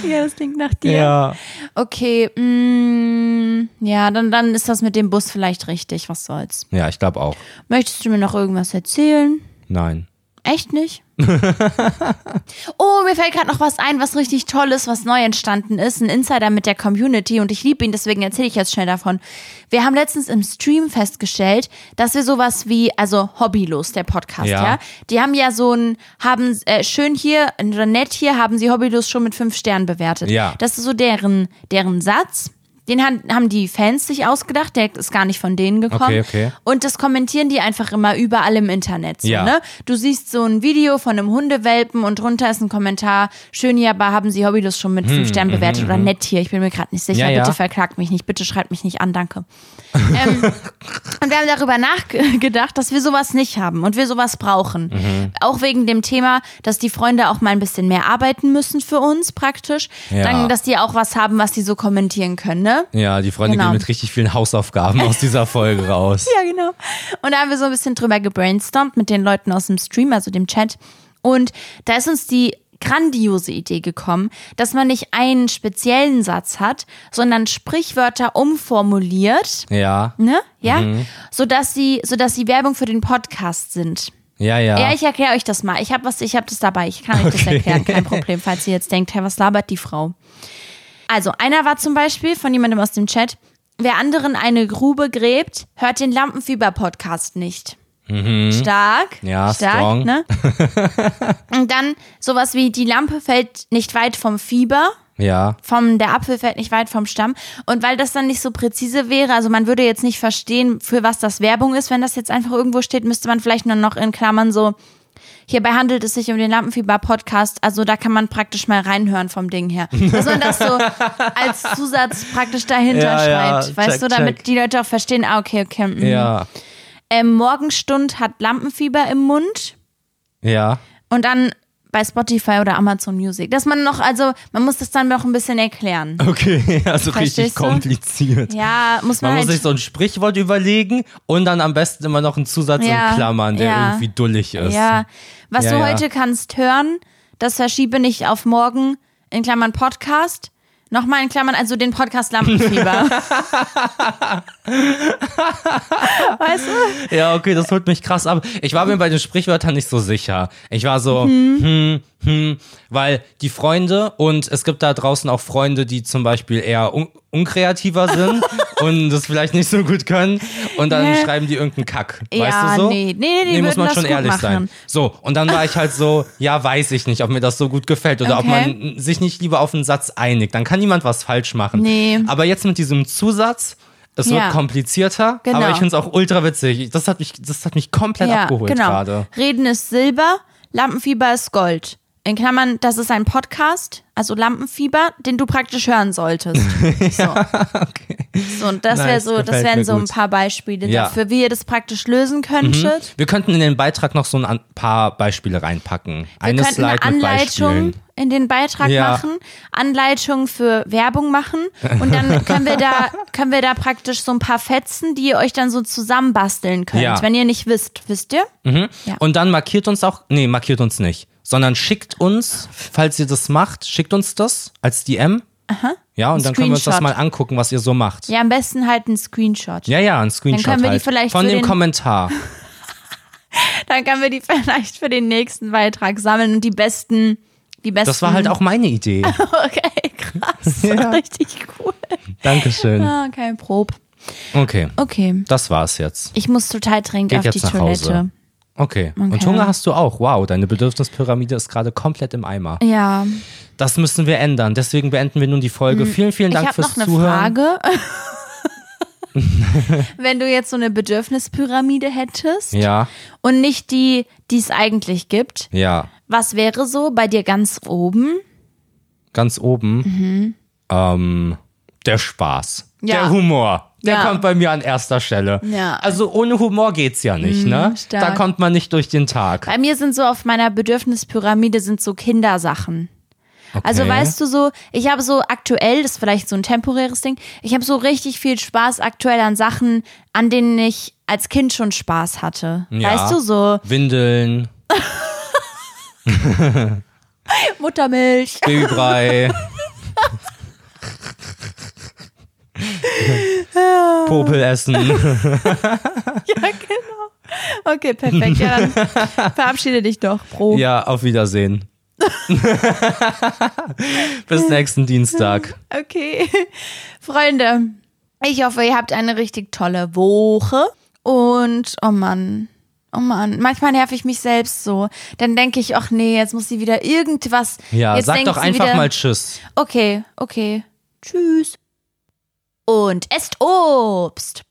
S1: Ja, das klingt nach dir. Okay, mm, ja, dann, dann ist das mit dem Bus vielleicht richtig. Was soll's.
S2: Ja, ich glaube auch.
S1: Möchtest du mir noch irgendwas erzählen?
S2: Nein.
S1: Echt nicht? oh, mir fällt gerade noch was ein, was richtig toll ist, was neu entstanden ist. Ein Insider mit der Community und ich liebe ihn, deswegen erzähle ich jetzt schnell davon. Wir haben letztens im Stream festgestellt, dass wir sowas wie, also Hobbylos, der Podcast,
S2: Ja.
S1: ja. Die haben ja so ein, haben äh, schön hier, oder nett hier, haben sie Hobbylos schon mit fünf Sternen bewertet.
S2: Ja.
S1: Das ist so deren, deren Satz. Den han- haben die Fans sich ausgedacht, der ist gar nicht von denen gekommen.
S2: Okay, okay.
S1: Und das kommentieren die einfach immer überall im Internet. So,
S2: Ja.
S1: ne? Du siehst so ein Video von einem Hundewelpen und drunter ist ein Kommentar, schön hier, aber haben sie Hobbylust schon mit fünf Sternen bewertet oder nett hier, ich bin mir gerade nicht sicher,
S2: Hm, mhm, Ja, ja.
S1: bitte verklagt mich nicht, bitte schreibt mich nicht an, danke. ähm, und wir haben darüber nachgedacht, dass wir sowas nicht haben und wir sowas brauchen.
S2: Mhm.
S1: Auch wegen dem Thema, dass die Freunde auch mal ein bisschen mehr arbeiten müssen für uns praktisch.
S2: Ja.
S1: Dann, dass die auch was haben, was sie so kommentieren können, ne?
S2: Ja, die Freunde
S1: Genau.
S2: gehen mit richtig vielen Hausaufgaben aus dieser Folge raus.
S1: Ja, genau. Und da haben wir so ein bisschen drüber gebrainstormt mit den Leuten aus dem Stream, also dem Chat. Und da ist uns die grandiose Idee gekommen, dass man nicht einen speziellen Satz hat, sondern Sprichwörter umformuliert,
S2: Ja.
S1: ne? Ja? Sodass sie, sodass sie Werbung für den Podcast sind.
S2: Ja, ja.
S1: Ja, ich erkläre euch das mal. Ich habe was, ich habe das dabei. Ich kann euch das erklären, kein Problem, falls ihr jetzt denkt, hey, was labert die Frau? Also, einer war zum Beispiel von jemandem aus dem Chat, wer anderen eine Grube gräbt, hört den Lampenfieber-Podcast nicht. Stark.
S2: Mhm. Ja,
S1: stark,
S2: strong.
S1: ne? Und dann sowas wie die Lampe fällt nicht weit vom Fieber
S2: ja.
S1: vom der Apfel fällt nicht weit vom Stamm und weil das dann nicht so präzise wäre, also man würde jetzt nicht verstehen, für was das Werbung ist, wenn das jetzt einfach irgendwo steht, müsste man vielleicht nur noch in Klammern so Hierbei handelt es sich um den Lampenfieber-Podcast, also da kann man praktisch mal reinhören vom Ding her. Dass man das so als Zusatz praktisch dahinter
S2: Ja, ja,
S1: schreibt, weißt
S2: check,
S1: du, damit
S2: check.
S1: die Leute auch verstehen, ah, okay, okay. mhm.
S2: Ja.
S1: Ähm, Morgenstund hat Lampenfieber im Mund. Mhm.
S2: Ja.
S1: Und dann bei Spotify oder Amazon Music. Dass man noch, also man muss das dann noch ein bisschen erklären.
S2: Okay, also richtig
S1: Verstehst du?
S2: kompliziert.
S1: Ja, muss man,
S2: Man
S1: halt.
S2: muss sich so ein Sprichwort überlegen und dann am besten immer noch einen Zusatz
S1: Ja,
S2: in Klammern, der
S1: ja.
S2: irgendwie dullig ist.
S1: ja, was
S2: Ja,
S1: du
S2: ja.
S1: heute kannst hören, das verschiebe nicht auf morgen, in Klammern Podcast. Nochmal in Klammern, also den Podcast Lampenfieber. weißt du?
S2: Ja, okay, das holt mich krass ab. Ich war mir bei den Sprichwörtern nicht so sicher. Ich war so,
S1: Mhm.
S2: hm, hm, weil die Freunde und es gibt da draußen auch Freunde, die zum Beispiel eher un unkreativer sind und das vielleicht nicht so gut können und dann
S1: Nee.
S2: schreiben die irgendeinen Kack.
S1: Ja,
S2: weißt du so?
S1: nee. Nee, nee, die
S2: muss
S1: würden
S2: man
S1: das
S2: schon
S1: gut
S2: ehrlich
S1: machen.
S2: sein. So, und dann war ich halt so, ja, weiß ich nicht, ob mir das so gut gefällt oder ob
S1: Okay.
S2: man sich nicht lieber auf einen Satz einigt. Dann kann niemand was falsch machen.
S1: Nee.
S2: Aber jetzt mit diesem Zusatz, es
S1: Ja.
S2: wird komplizierter,
S1: Genau.
S2: aber ich finde es auch ultra witzig. Das hat mich, das hat mich komplett
S1: Ja,
S2: abgeholt
S1: genau.
S2: gerade.
S1: Reden ist Silber, Lampenfieber ist Gold. In Klammern, das ist ein Podcast, also Lampenfieber, den du praktisch hören solltest. So, so und das
S2: Nice,
S1: wäre so, das
S2: gefällt
S1: wären
S2: mir
S1: so ein
S2: gut.
S1: paar Beispiele
S2: Ja. Mhm.
S1: dafür, wie ihr das praktisch lösen könntet.
S2: Wir könnten in den Beitrag noch so ein an- paar Beispiele reinpacken.
S1: Wir
S2: Eine
S1: könnten
S2: Slide
S1: eine
S2: mit
S1: Anleitung
S2: Beispielen.
S1: in den Beitrag
S2: Ja.
S1: machen, Anleitung für Werbung machen und dann können wir da können wir da praktisch so ein paar Fetzen, die ihr euch dann so zusammenbasteln könnt,
S2: Ja.
S1: wenn ihr nicht wisst, wisst ihr? Ja.
S2: Und dann markiert uns auch, nee, markiert uns nicht, sondern schickt uns, falls ihr das macht, schickt uns das als DM. Ja, und dann können wir uns das mal
S1: Screenshot.
S2: angucken, was ihr so macht.
S1: Ja, am besten halt einen Screenshot.
S2: Ja, ja, ein Screenshot
S1: können wir die
S2: halt.
S1: vielleicht
S2: von
S1: zu
S2: dem
S1: den-
S2: Kommentar.
S1: Dann können wir die vielleicht für den nächsten Beitrag sammeln und die besten, die besten.
S2: Das war halt auch meine Idee.
S1: Okay, krass.
S2: Ja.
S1: Richtig cool.
S2: Dankeschön.
S1: Ah, Okay, Prob.
S2: Okay,
S1: Okay.
S2: das war's jetzt.
S1: Ich muss total dringend
S2: Geht
S1: auf
S2: jetzt
S1: die
S2: nach
S1: Toilette.
S2: Hause. Okay.
S1: Okay.
S2: Und Hunger hast du auch. Wow, deine Bedürfnispyramide ist gerade komplett im Eimer.
S1: Ja.
S2: Das müssen wir ändern. Deswegen beenden wir nun die Folge. Vielen, vielen
S1: Hm, Ich
S2: Dank
S1: habe
S2: fürs
S1: noch eine
S2: Zuhören.
S1: Frage. Wenn du jetzt so eine Bedürfnispyramide hättest
S2: Ja,
S1: und nicht die, die es eigentlich gibt,
S2: ja.
S1: was wäre so bei dir ganz oben?
S2: Ganz oben. Ähm, der Spaß.
S1: Mhm. Ja.
S2: Der Humor. Der
S1: Ja.
S2: kommt bei mir an erster Stelle.
S1: Ja. Mhm,
S2: Also ohne Humor geht's ja nicht, ne?
S1: stark.
S2: Da kommt man nicht durch den Tag.
S1: Bei mir sind so auf meiner Bedürfnispyramide sind so Kindersachen. Also weißt du so, ich habe so aktuell, das ist vielleicht so ein temporäres Ding, ich habe so richtig viel Spaß aktuell an Sachen, an denen ich als Kind schon Spaß hatte.
S2: Ja.
S1: Weißt du, so
S2: Windeln,
S1: Muttermilch.
S2: Babybrei. Popel essen.
S1: genau. Okay, perfekt. Ja, dann verabschiede dich doch. Pro.
S2: Ja, auf Wiedersehen. Bis nächsten Dienstag.
S1: Okay. Freunde, ich hoffe, ihr habt eine richtig tolle Woche. Und, oh Mann. Oh Mann, manchmal nerv ich mich selbst so. Dann denke ich, ach nee, jetzt muss sie wieder irgendwas.
S2: Ja,
S1: jetzt
S2: sag
S1: denkt
S2: doch
S1: sie
S2: einfach
S1: wieder,
S2: mal Tschüss.
S1: Okay, okay. Tschüss. Und esst Obst.